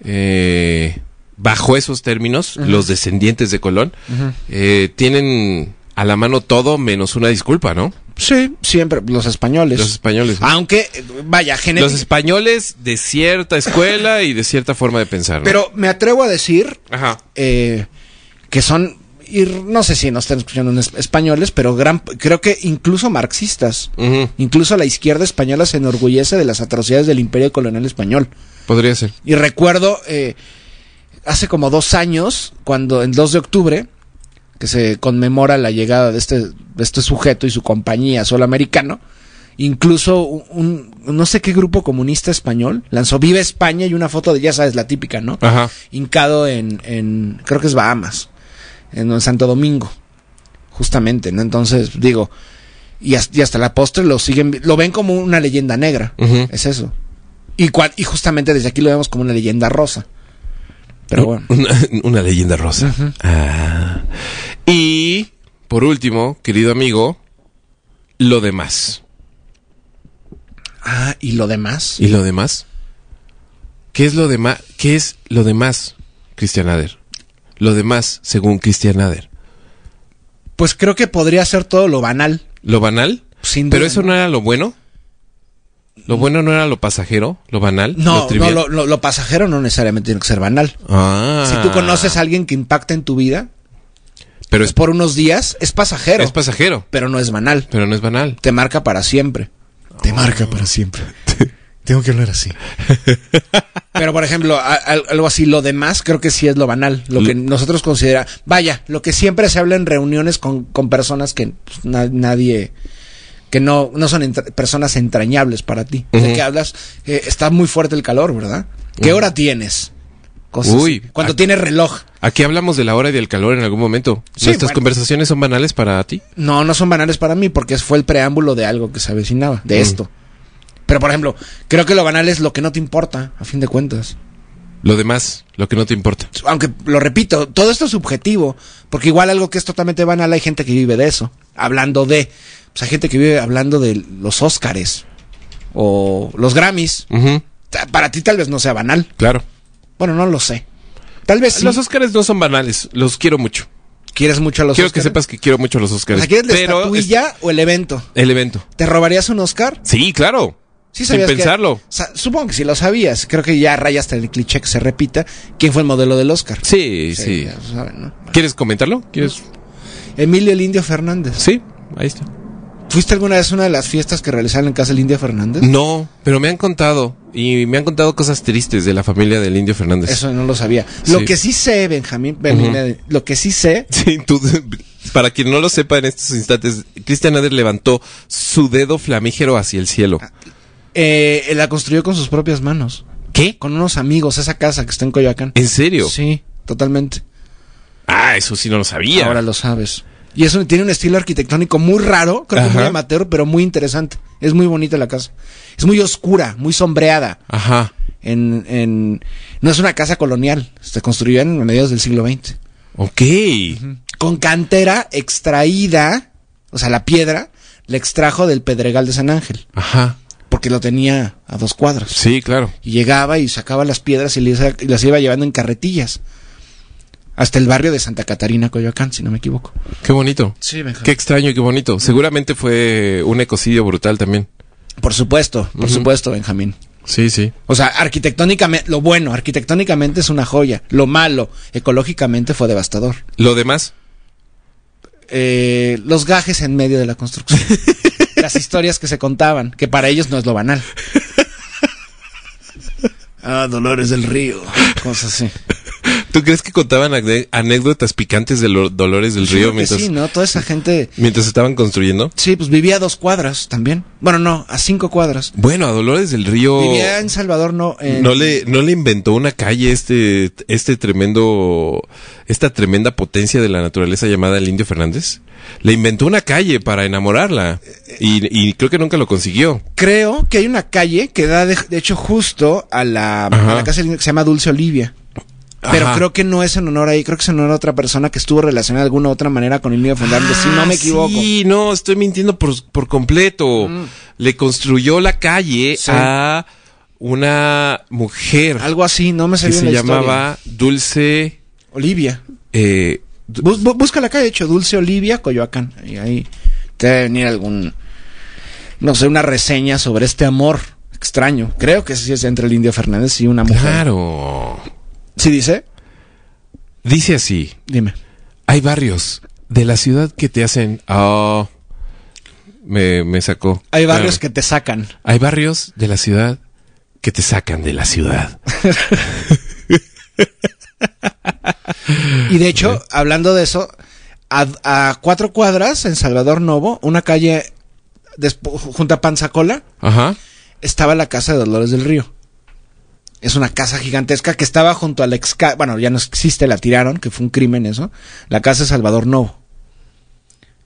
eh, bajo esos términos, los descendientes de Colón, eh, tienen a la mano todo menos una disculpa, ¿no?
Sí, siempre, los españoles.
Los españoles. ¿no?
Aunque, eh, vaya,
Los
genéticamente...
españoles de cierta escuela y de cierta forma de pensar. ¿no?
Pero me atrevo a decir
Ajá.
eh, que son, y no sé si nos están escuchando en es- españoles, pero gran, creo que incluso marxistas.
Ujú.
Incluso la izquierda española se enorgullece de las atrocidades del imperio colonial español.
Podría ser.
Y recuerdo eh, hace como dos años, cuando el 2 de octubre, que se conmemora la llegada de este, de este sujeto y su compañía solo americano, incluso un, un- no sé qué grupo comunista español lanzó Viva España y una foto de, ya sabes, la típica, ¿no?
Ajá.
hincado en, en creo que es Bahamas, en, en Santo Domingo, justamente, ¿no? Entonces, digo, y, has- y hasta la postre lo siguen, vi- lo ven como una leyenda negra,
Ujú.
es eso. Y, cua- y justamente desde aquí lo vemos como una leyenda rosa. Pero bueno,
Una, una leyenda rosa. Ah. Y, por último, querido amigo, lo demás.
Ah, ¿y lo demás?
¿Y lo demás? ¿Qué es lo demás? ¿Qué es lo demás, Christian Ader? Lo demás, según Christian Ader.
Pues creo que podría ser todo lo banal.
¿Lo banal?
Sin duda,
¿Pero eso
¿no?
no era lo bueno? ¿Lo bueno no era lo pasajero? ¿Lo banal?
No,
¿Lo
no,
trivial?
lo, lo- lo pasajero no necesariamente tiene que ser banal.
Ah.
Si tú conoces a alguien que impacta en tu vida,
Pero
pues
es,
por unos días, es pasajero,
es pasajero,
pero no es banal.
pero no es banal.
Te marca para siempre. Te marca para siempre. *laughs* Tengo que hablar así. Pero, por ejemplo, a- al- algo así, lo demás creo que sí es lo banal, lo que nosotros considera, vaya, lo que siempre se habla en reuniones con, con personas que pues, na- nadie, que no, no son entra- personas entrañables para ti. De que hablas, eh, está muy fuerte el calor, ¿verdad? ¿Qué hora tienes? Cosas
Uy,
así. cuando
ac-
tienes reloj.
Aquí hablamos de la hora y del calor en algún momento.
Sí,
¿Nuestras
bueno.
conversaciones son banales para ti?
No, no son banales para mí porque fue el preámbulo de algo que se avecinaba, de esto. Pero, por ejemplo, creo que lo banal es lo que no te importa, a fin de cuentas.
Lo demás, lo que no te importa.
Aunque, lo repito, todo esto es subjetivo, porque igual algo que es totalmente banal hay gente que vive de eso. Hablando de... Pues hay gente que vive hablando de los Óscares o los Grammys.
Ujú,
Ta- Para ti tal vez no sea banal.
Claro.
Bueno, no lo sé. Tal vez sí.
Los Óscares no son banales, los quiero mucho.
¿Quieres mucho a los
quiero
Óscares?
que sepas que quiero mucho a los
O
Óscares.
sea, ¿quieres la
pero
estatuilla o el evento?
es- el evento.
¿Te robarías un Óscar?
Sí, claro.
Sí
Sin
sabías que-
pensarlo.
Sa- supongo que sí lo sabías. Creo que ya rayaste el cliché que se repita. ¿Quién fue el modelo del Oscar?
Sí, sí.
ya lo saben, ¿no?
¿Quieres comentarlo? ¿Quieres?
Emilio el Indio Fernández.
Sí, ahí está.
¿Fuiste alguna vez a una de las fiestas que realizaron en casa del Indio Fernández?
No, pero me han contado y me han contado cosas tristes de la familia del Indio Fernández.
Eso no lo sabía. Lo
pues, Sí.
que sí sé, Benjamín, Benjamín, eh, lo que sí sé,
*laughs* Sí, tú- para quien no lo sepa en estos instantes, Christian Ader levantó su dedo flamígero hacia el cielo.
Ah, eh, la construyó con sus propias manos.
¿Qué?
Con unos amigos, esa casa que está en Coyoacán.
¿En serio?
Sí, totalmente.
Ah, eso sí no lo sabía.
Ahora lo sabes. Y eso tiene un estilo arquitectónico muy raro, creo que muy
Ajá.
amateur, pero muy interesante. Es muy bonita la casa. Es muy oscura, muy sombreada.
Ajá.
En, en- no es una casa colonial, se construyó en mediados del siglo XX.
Ok.
Con cantera extraída, o sea, la piedra, la extrajo del Pedregal de San Ángel,
Ajá.
porque lo tenía a dos cuadras.
Sí, claro.
Y llegaba y sacaba las piedras y les- y las iba llevando en carretillas. Hasta el barrio de Santa Catarina, Coyoacán, si no me equivoco.
Qué bonito.
Sí,
Qué extraño y qué bonito. Seguramente fue un ecocidio brutal también.
Por supuesto, por supuesto, Benjamín.
Sí, sí.
O sea, arquitectónicamente, lo bueno, arquitectónicamente es una joya. Lo malo, ecológicamente fue devastador.
Lo demás,
Eh, los gajes en medio de la construcción. Las historias que se contaban, que para ellos no es lo banal. Ah, Dolores del Río. Cosas así.
¿tú crees que contaban ane- anécdotas picantes de los Dolores del
Creo
Río
que
mientras,
Sí, ¿no? Toda esa gente.
mientras estaban construyendo?
Sí, pues vivía a dos cuadras también. Bueno, no, a cinco cuadras.
Bueno, a Dolores del Río
Vivía en Salvador, no. en-
Oh. no le no le inventó una calle este este tremendo esta tremenda potencia de la naturaleza llamada el Indio Fernández. Le inventó una calle para enamorarla y, y creo que nunca lo consiguió.
Creo que hay una calle que da, de, de hecho, justo a la, a
Ajá.
la casa que se llama Dulce Olivia. Pero
Ajá.
creo que no es en honor ahí, creo que es en honor a otra persona que estuvo relacionada de alguna otra manera con el niño Fernández, si no me
Ah,
equivoco. Mm.
Sí, no, estoy mintiendo por, por completo. Le construyó la calle
Sí.
a una mujer
Algo así, no me
que
salió
se
la historia.
llamaba Dulce.
Olivia.
eh, du-
Bus- bu- búscala acá, de hecho, Dulce Olivia, Coyoacán. Y ahí te debe venir algún, no sé, una reseña sobre este amor extraño. Creo que sí es entre el indio Fernández y una mujer.
claro.
¿Sí dice?
Dice así:
Dime.
hay barrios de la ciudad que te hacen. Ah, me, me sacó.
Hay barrios
Ah.
que te sacan.
Hay barrios de la ciudad que te sacan de la ciudad.
Y
Ah,
de hecho, hablando de eso, a, a cuatro cuadras en Salvador Novo, una calle despu- junto a Panzacola,
Ajá.
estaba la casa de Dolores del Río. Es una casa gigantesca que estaba junto a la ex ca- bueno, ya no existe, la tiraron, que fue un crimen eso, la casa de Salvador Novo.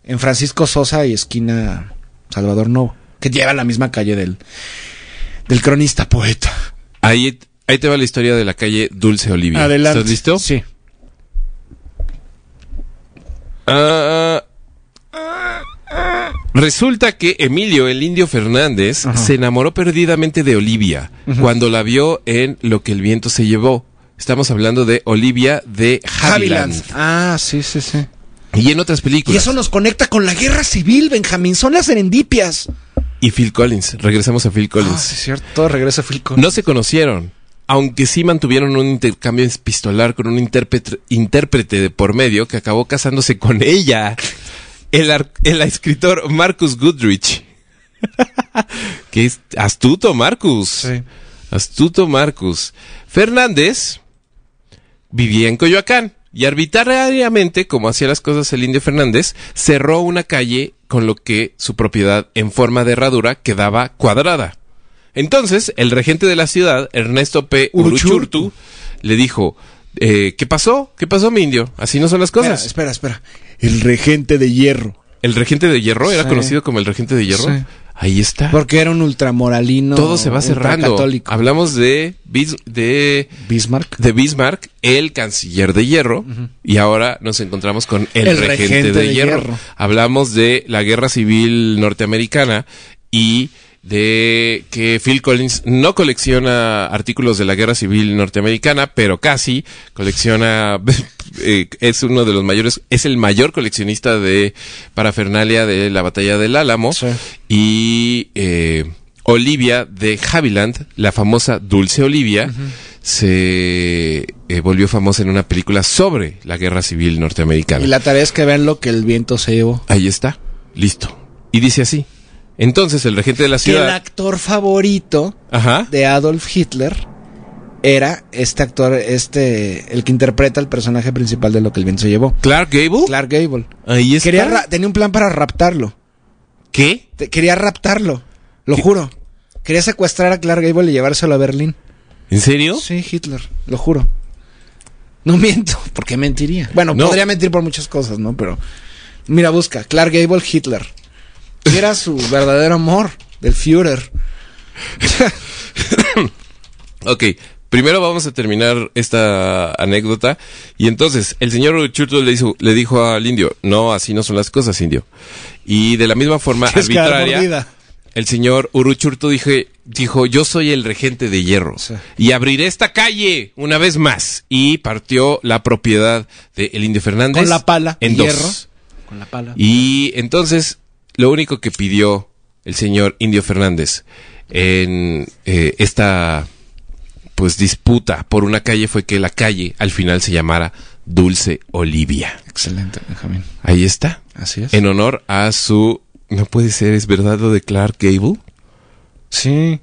En Francisco Sosa y esquina Salvador Novo, que lleva la misma calle del del cronista poeta.
Ahí, ahí te va la historia de la calle Dulce Olivia.
Adelante.
¿Estás listo?
Sí.
Ah, ah. Resulta que Emilio, el indio Fernández, se enamoró perdidamente de Olivia cuando la vio en Lo que el viento se llevó. Estamos hablando de Olivia de Haviland.
Haviland. Ah, sí, sí, sí.
Y en otras películas.
Y eso nos conecta con la guerra civil, Benjamín. Son las serendipias.
Y Phil Collins. Regresamos a Phil
Ah,
Collins.
sí, es cierto. Todo regresa a Phil Collins.
No se conocieron, aunque sí mantuvieron un intercambio epistolar con un intérprete, intérprete de por medio que acabó casándose con *laughs* ella, el, ar- el escritor Marcus Goodrich. *laughs* que es astuto, Marcus.
Sí.
Astuto Marcus. Fernández vivía en Coyoacán y arbitrariamente, como hacía las cosas el indio Fernández, cerró una calle con lo que su propiedad en forma de herradura quedaba cuadrada. Entonces, el regente de la ciudad, Ernesto P. Uruchurtu, le dijo, eh, ¿qué pasó? ¿Qué pasó, mi indio? Así no son las
Espera,
cosas.
espera, espera. El regente de hierro.
El regente de hierro era
Sí.
conocido como el regente de hierro.
Sí.
Ahí está.
Porque era un ultramoralino.
Todo se va cerrando.
Católico.
Hablamos de, Bis- de
Bismarck.
de Bismarck, el canciller de hierro, y ahora nos encontramos con el,
El
regente,
regente
de,
de
hierro.
hierro.
Hablamos de la guerra civil norteamericana y de que Phil Collins no colecciona artículos de la guerra civil norteamericana, pero casi colecciona, *laughs* eh, es uno de los mayores, es el mayor coleccionista de parafernalia de la batalla del Álamo
Sí.
y eh, Olivia de Haviland, la famosa Dulce Olivia, se eh, volvió famosa en una película sobre la guerra civil norteamericana.
Y la tarea es que vean lo que el viento se llevó.
Ahí está, listo. Y dice así. Entonces el regente de la
Que el
ciudad...
actor favorito
Ajá.
de Adolf Hitler era este actor, este, el que interpreta el personaje principal de lo que el viento se llevó.
Clark Gable.
Clark Gable.
Ahí está.
Quería ra- tenía un plan para raptarlo.
¿Qué?
Te- quería raptarlo. Lo juro. Quería secuestrar a Clark Gable y llevárselo a Berlín.
¿En serio?
Sí, Hitler. Lo juro. No *laughs* miento, porque mentiría. Bueno,
No.
podría mentir por muchas cosas, ¿no? Pero. Mira, busca. Clark Gable, *laughs* Hitler. Y era su verdadero amor del *laughs* Führer.
Ok, primero vamos a terminar esta anécdota. Y entonces, el señor Churchill le, hizo- le dijo al indio, no, así no son las cosas, indio. Y de la misma forma
*laughs* Es que
arbitraria,
mordida.
el señor Uruchurtu dije, dijo, yo soy el regente de hierro.
Sí.
Y abriré esta calle una vez más. Y partió la propiedad de el indio Fernández.
Con la pala,
En dos.
de hierro. Con la pala.
Y entonces, lo único que pidió el señor Indio Fernández en eh, esta pues disputa por una calle fue que la calle al final se llamara Dulce Olivia.
Excelente, Benjamín.
Ahí está.
Así es.
En honor a su no puede ser, es verdad lo de Clark Gable.
Sí.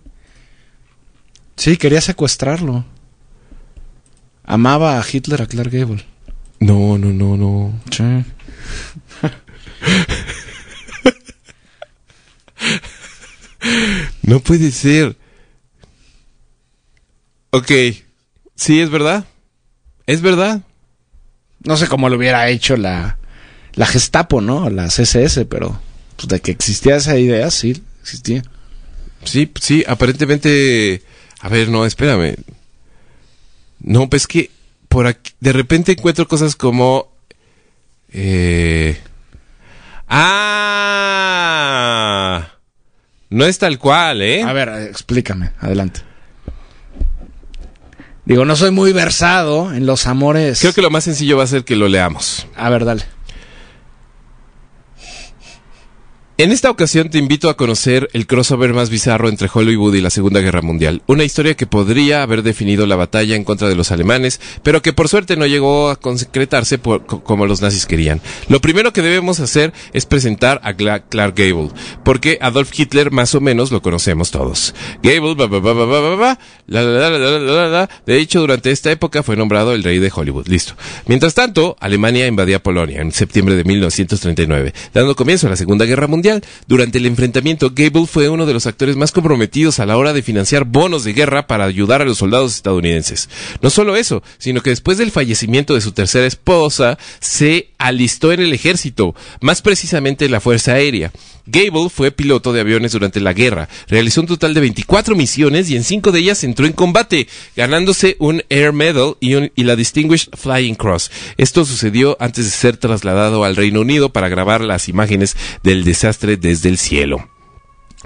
Sí, quería secuestrarlo. Amaba a Hitler, a Clark Gable.
No, no, no, no.
Sí.
No puede ser. Ok. Sí, es verdad. Es verdad.
No sé cómo lo hubiera hecho la, la Gestapo, ¿no? La CSS, pero pues, de que existía esa idea, sí, existía.
Sí, sí, aparentemente. A ver, no, espérame. No, pues es que por aquí, de repente encuentro cosas como. Eh, ¡Ah! No es tal cual, ¿eh?
A ver, eh, explícame, adelante. Digo, no soy muy versado en los amores.
Creo que lo más sencillo va a ser que lo leamos.
A ver, dale.
En esta ocasión te invito a conocer el crossover más bizarro entre Hollywood y la Segunda Guerra Mundial, una historia que podría haber definido la batalla en contra de los alemanes, pero que por suerte no llegó a concretarse por- co- como los nazis querían. Lo primero que debemos hacer es presentar a Gla- Clark Gable, porque Adolf Hitler más o menos lo conocemos todos. Gable, ba, ba, ba, ba, ba, ba, ba, la, la, la, la, la, la, la, la. de hecho durante esta época fue nombrado el rey de Hollywood, listo. Mientras tanto, Alemania invadía Polonia en septiembre de 1939, dando comienzo a la Segunda Guerra Mundial. Durante el enfrentamiento, Gable fue uno de los actores más comprometidos a la hora de financiar bonos de guerra para ayudar a los soldados estadounidenses. No solo eso, sino que después del fallecimiento de su tercera esposa, se alistó en el ejército, más precisamente en la Fuerza Aérea. Gable fue piloto de aviones durante la guerra, realizó un total de 24 misiones y en 5 de ellas entró en combate, ganándose un Air Medal y, un- y la Distinguished Flying Cross. Esto sucedió antes de ser trasladado al Reino Unido para grabar las imágenes del desastre desde el cielo.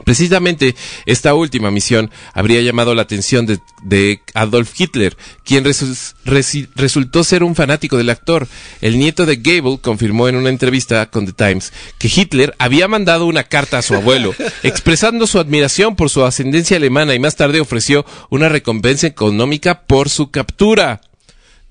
Precisamente esta última misión habría llamado la atención de, de Adolf Hitler, quien resu- resi- resultó ser un fanático del actor. El nieto de Gable confirmó en una entrevista con The Times que Hitler había mandado una carta a su abuelo, expresando su admiración por su ascendencia alemana y más tarde ofreció una recompensa económica por su captura.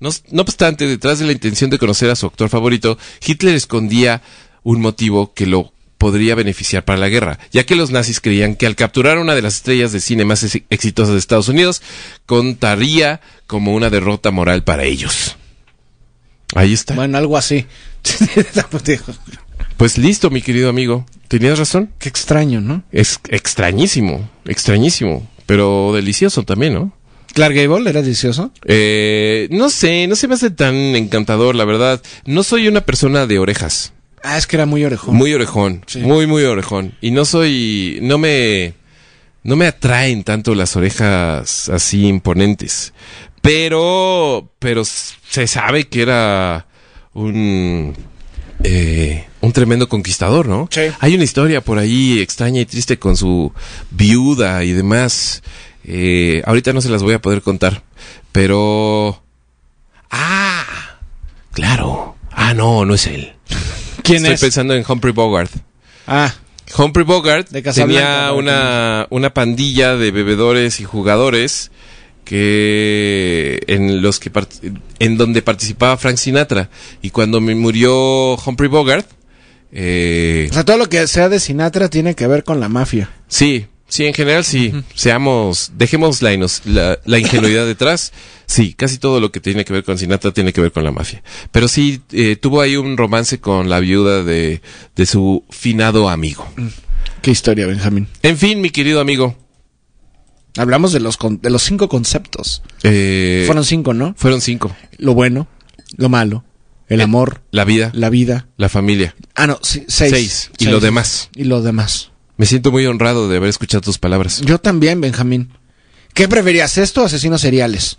No, no obstante, detrás de la intención de conocer a su actor favorito, Hitler escondía un motivo que lo podría beneficiar para la guerra, ya que los nazis creían que al capturar una de las estrellas de cine más ex- exitosas de Estados Unidos, contaría como una derrota moral para ellos. Ahí está.
Bueno, algo así. *laughs*
Pues listo, mi querido amigo. Tenías razón.
Qué extraño, ¿no?
Es extrañísimo, extrañísimo, pero delicioso también, ¿no?
Clark Gable era delicioso.
Eh, no sé, no se me hace tan encantador, la verdad. No soy una persona de orejas.
Ah, es que era muy orejón.
Muy orejón,
Sí.
muy, muy orejón. Y no soy, no me, no me atraen tanto las orejas así imponentes. Pero, pero s- se sabe que era un, eh, un tremendo conquistador, ¿no?
Sí.
Hay una historia por ahí extraña y triste con su viuda y demás. Eh, ahorita no se las voy a poder contar, pero... Ah, claro. Ah, no, no es él.
¿Quién
Estoy
es?
pensando en Humphrey Bogart.
Ah,
Humphrey Bogart
De Casablanca,
tenía
¿no?
una, una pandilla de bebedores y jugadores que en los que part- en donde participaba Frank Sinatra y cuando me murió Humphrey Bogart eh,
o sea, todo lo que sea de Sinatra tiene que ver con la mafia.
sí sí en general sí seamos dejemos la, ino- la- la ingenuidad detrás sí casi todo lo que tiene que ver con Sinatra tiene que ver con la mafia pero sí eh, tuvo ahí un romance con la viuda de de su finado amigo
Qué historia, Benjamín.
en fin mi querido amigo
Hablamos de los, con- de los cinco conceptos.
Eh,
Fueron cinco, ¿no?
fueron cinco.
Lo bueno, lo malo, el
Eh,
amor,
La vida, la,
la vida.
familia.
Ah, no, sí, seis.
Seis. Y
Seis.
lo demás.
Y lo demás.
Me siento muy honrado de haber escuchado tus palabras.
Yo también, Benjamín. ¿Qué preferías, esto o
*laughs*
asesinos seriales?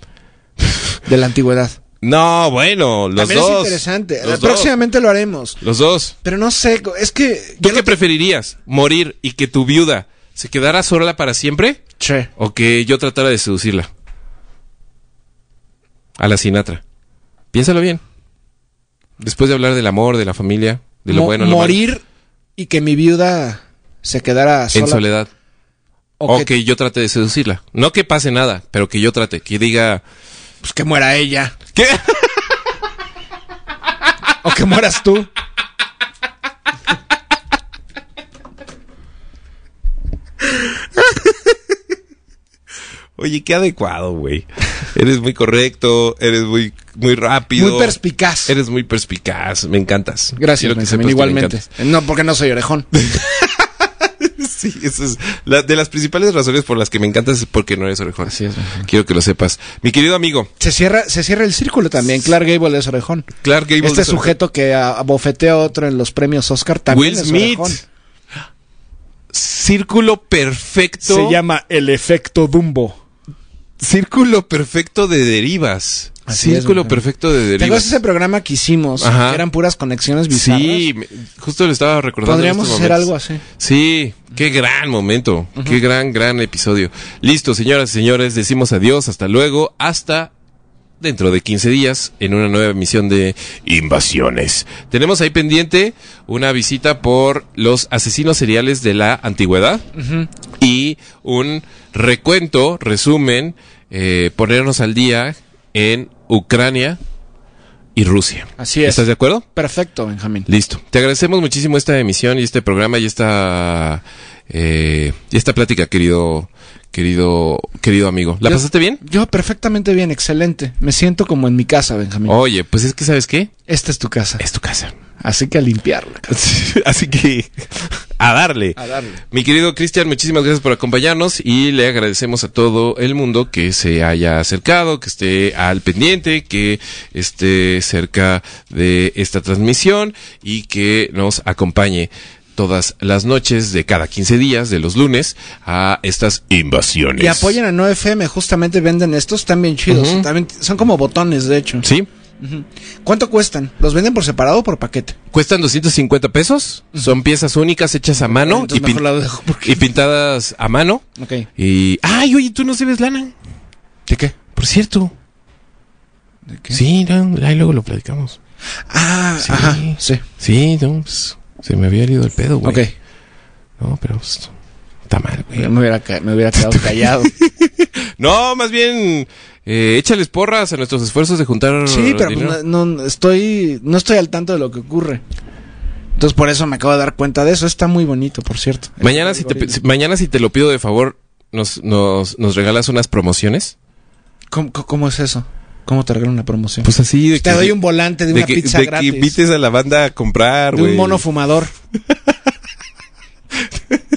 De la antigüedad.
No, bueno, los
también es
dos.
interesante.
Los dos.
Próximamente lo haremos.
Los dos.
Pero no sé, es que...
¿Tú qué preferirías? ¿Morir y que tu viuda se quedara sola para siempre?
Che.
¿O que yo tratara de seducirla? A la Sinatra. Piénsalo bien. Después de hablar del amor, de la familia, de lo
Mo-
bueno, lo malo.
morir y que mi viuda se quedara sola.
en soledad.
O
O
que-
que yo trate de seducirla. No que pase nada, pero que yo trate. Que diga,
Pues que muera ella.
¿Qué? *laughs*
O que mueras
*laughs*
tú.
Oye, qué adecuado, güey. Eres muy correcto, eres muy, muy rápido.
Muy perspicaz.
Eres muy perspicaz, me encantas.
Gracias,
Quiero que
Benjamín,
sepas que me
igualmente.
encantas. *laughs*
No, porque no soy orejón.
Sí, esa es la- de las principales razones por las que me encantas es porque no eres orejón.
Así es, Benjamín.
Quiero que lo sepas. Mi querido amigo,
Se cierra, se cierra el círculo también. Clark Gable es orejón.
Clark Gable.
este
es orejón.
sujeto que a- abofetea a otro en los premios Oscar también
Will
es
Smith.
orejón.
Círculo perfecto.
llama el efecto Dumbo.
Círculo perfecto de derivas.
Así es,
Círculo
Benjamín.
perfecto de
¿Te acuerdas
derivas.
ese programa que hicimos?
Ajá.
Que eran puras conexiones bizarras.
Sí, me- justo lo estaba recordando. en este
Podríamos
estos
hacer
momentos.
algo así.
Sí, qué gran momento, qué gran, gran episodio. Listo, señoras y señores, decimos adiós, hasta luego, hasta dentro de 15 días en una nueva emisión de Invasiones. Tenemos ahí pendiente una visita por los asesinos seriales de la antigüedad y un recuento, resumen, eh, ponernos al día en Ucrania y Rusia.
Así es.
¿Estás de acuerdo?
Perfecto, Benjamín.
Listo. Te agradecemos muchísimo esta emisión y este programa y esta eh, y esta plática, querido querido querido amigo. ¿La
Yo-
pasaste bien?
Yo perfectamente bien, excelente. Me siento como en mi casa, Benjamín.
Oye, pues es que sabes qué,
Esta es tu casa.
es tu casa.
*laughs* Así que a limpiarla.
Así que a darle.
A darle.
Mi querido Cristian, muchísimas gracias por acompañarnos y le agradecemos a todo el mundo que se haya acercado, que esté al pendiente, que esté cerca de esta transmisión y que nos acompañe todas las noches de cada 15 días, de los lunes, a estas invasiones.
Y apoyan a 9FM, justamente venden estos, están bien chidos.
Ujú.
también, son como botones, de hecho.
Sí,
¿Cuánto cuestan? ¿Los venden por separado o por paquete?
cuestan 250 pesos, son piezas únicas hechas a mano
Entonces
y, pin-
mejor la dejo porque-
y pintadas a mano.
Ok.
Y. ¡Ay, oye, tú no debes lana!
¿De qué?
Por cierto.
qué?
Sí, no, ahí luego lo platicamos.
Ah,
Sí.
ajá. Sí.
Sí, no, pues, se me había ido el pedo, güey.
Ok.
No, pero pues, está mal,
Yo
güey.
me hubiera, ca- me
*laughs*
hubiera quedado callado.
No, más bien, eh, échales porras a nuestros esfuerzos de juntar.
sí, pero pues,
dinero.
no, no estoy, no estoy al tanto de lo que ocurre. Entonces por eso me acabo de dar cuenta de eso. Está muy bonito, por cierto.
Mañana,
El
si te,
algoritmo.
si- mañana, si te lo pido de favor, nos, nos, nos regalas unas promociones.
¿Cómo, cómo- cómo es eso? ¿Cómo te regalo una promoción?
Pues así, de
te doy un volante de,
de
una
que-
pizza
de que
gratis.
invites a la banda a comprar,
de
güey.
un mono fumador.
*laughs*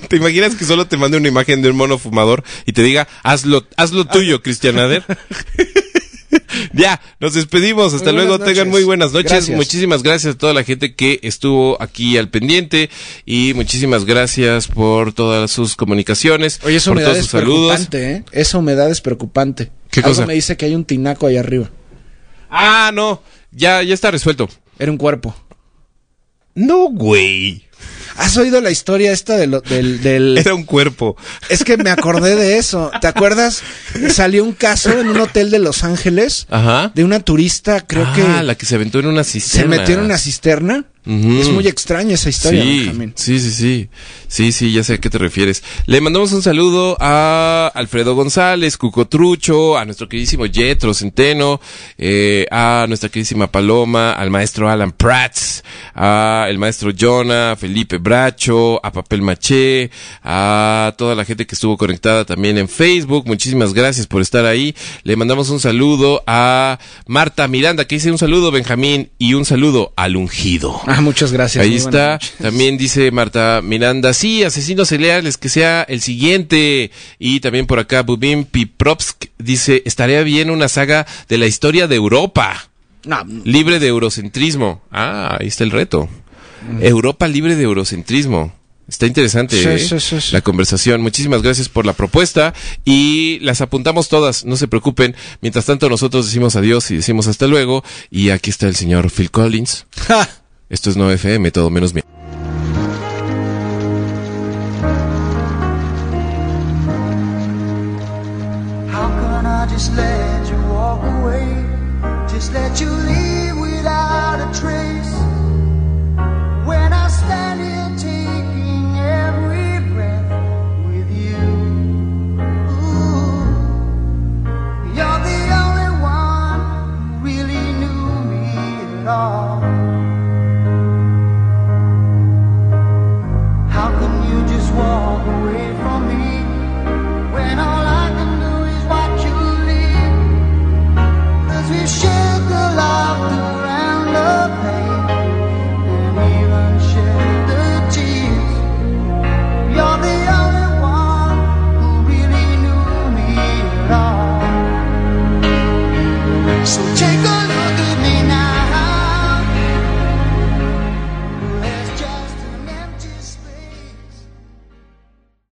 ¿Te imaginas que solo te mande una imagen de un mono fumador y te diga, hazlo, hazlo
Ah.
tuyo, Cristian
*laughs*
Ader? *laughs* ya, nos despedimos. Hasta
Muy
luego.
buenas
Tengan
noches.
muy buenas noches.
Gracias.
Muchísimas gracias a toda la gente que estuvo aquí al pendiente y muchísimas gracias por todas sus comunicaciones,
Oye, esa
por
humedad
todos
es
sus saludos.
preocupante, ¿eh? Esa humedad es preocupante.
¿Qué
Algo
cosa?
me dice que hay un tinaco ahí arriba.
Ah, no, ya, ya está resuelto.
Era un cuerpo.
No, güey.
¿Has oído la historia esta de lo- del... del-
Era un cuerpo.
Es que me acordé de eso. ¿Te acuerdas? Salió un caso en un hotel de Los Ángeles
Ajá.
de una turista, creo
ah,
que
la que se aventó en una
se
cisterna.
metió en una cisterna.
Ujú.
Es muy extraña esa historia,
Sí,
Benjamín.
sí, sí, sí. Sí, sí, ya sé a qué te refieres. Le mandamos un saludo a Alfredo González, Cucotrucho, a nuestro queridísimo Yetro Centeno, eh, a nuestra queridísima Paloma, al maestro Alan Prats, a el maestro Jonah, Felipe Bracho, a Papel Maché, a toda la gente que estuvo conectada también en Facebook. Muchísimas gracias por estar ahí. Le mandamos un saludo a Marta Miranda, que dice un saludo, Benjamín, y un saludo al ungido.
Ah, muchas gracias.
Ahí
Muy buenas
está.
noches.
También dice Marta Miranda, sí, asesinos seriales, que sea el siguiente. Y también por acá, Bubim Pipropsk dice, estaría bien una saga de la historia de Europa,
No,
libre de eurocentrismo. Ah, ahí está el reto. Europa libre de eurocentrismo. Está interesante
Mm. Sí,
¿eh?
sí, sí, sí.
la conversación. Muchísimas gracias por la propuesta y las apuntamos todas, no se preocupen. Mientras tanto nosotros decimos adiós y decimos hasta luego. Y aquí está el señor Phil Collins. *laughs*
Ja.
Esto es 9FM, todo menos mi...
How can I just let you walk away? Just let you leave.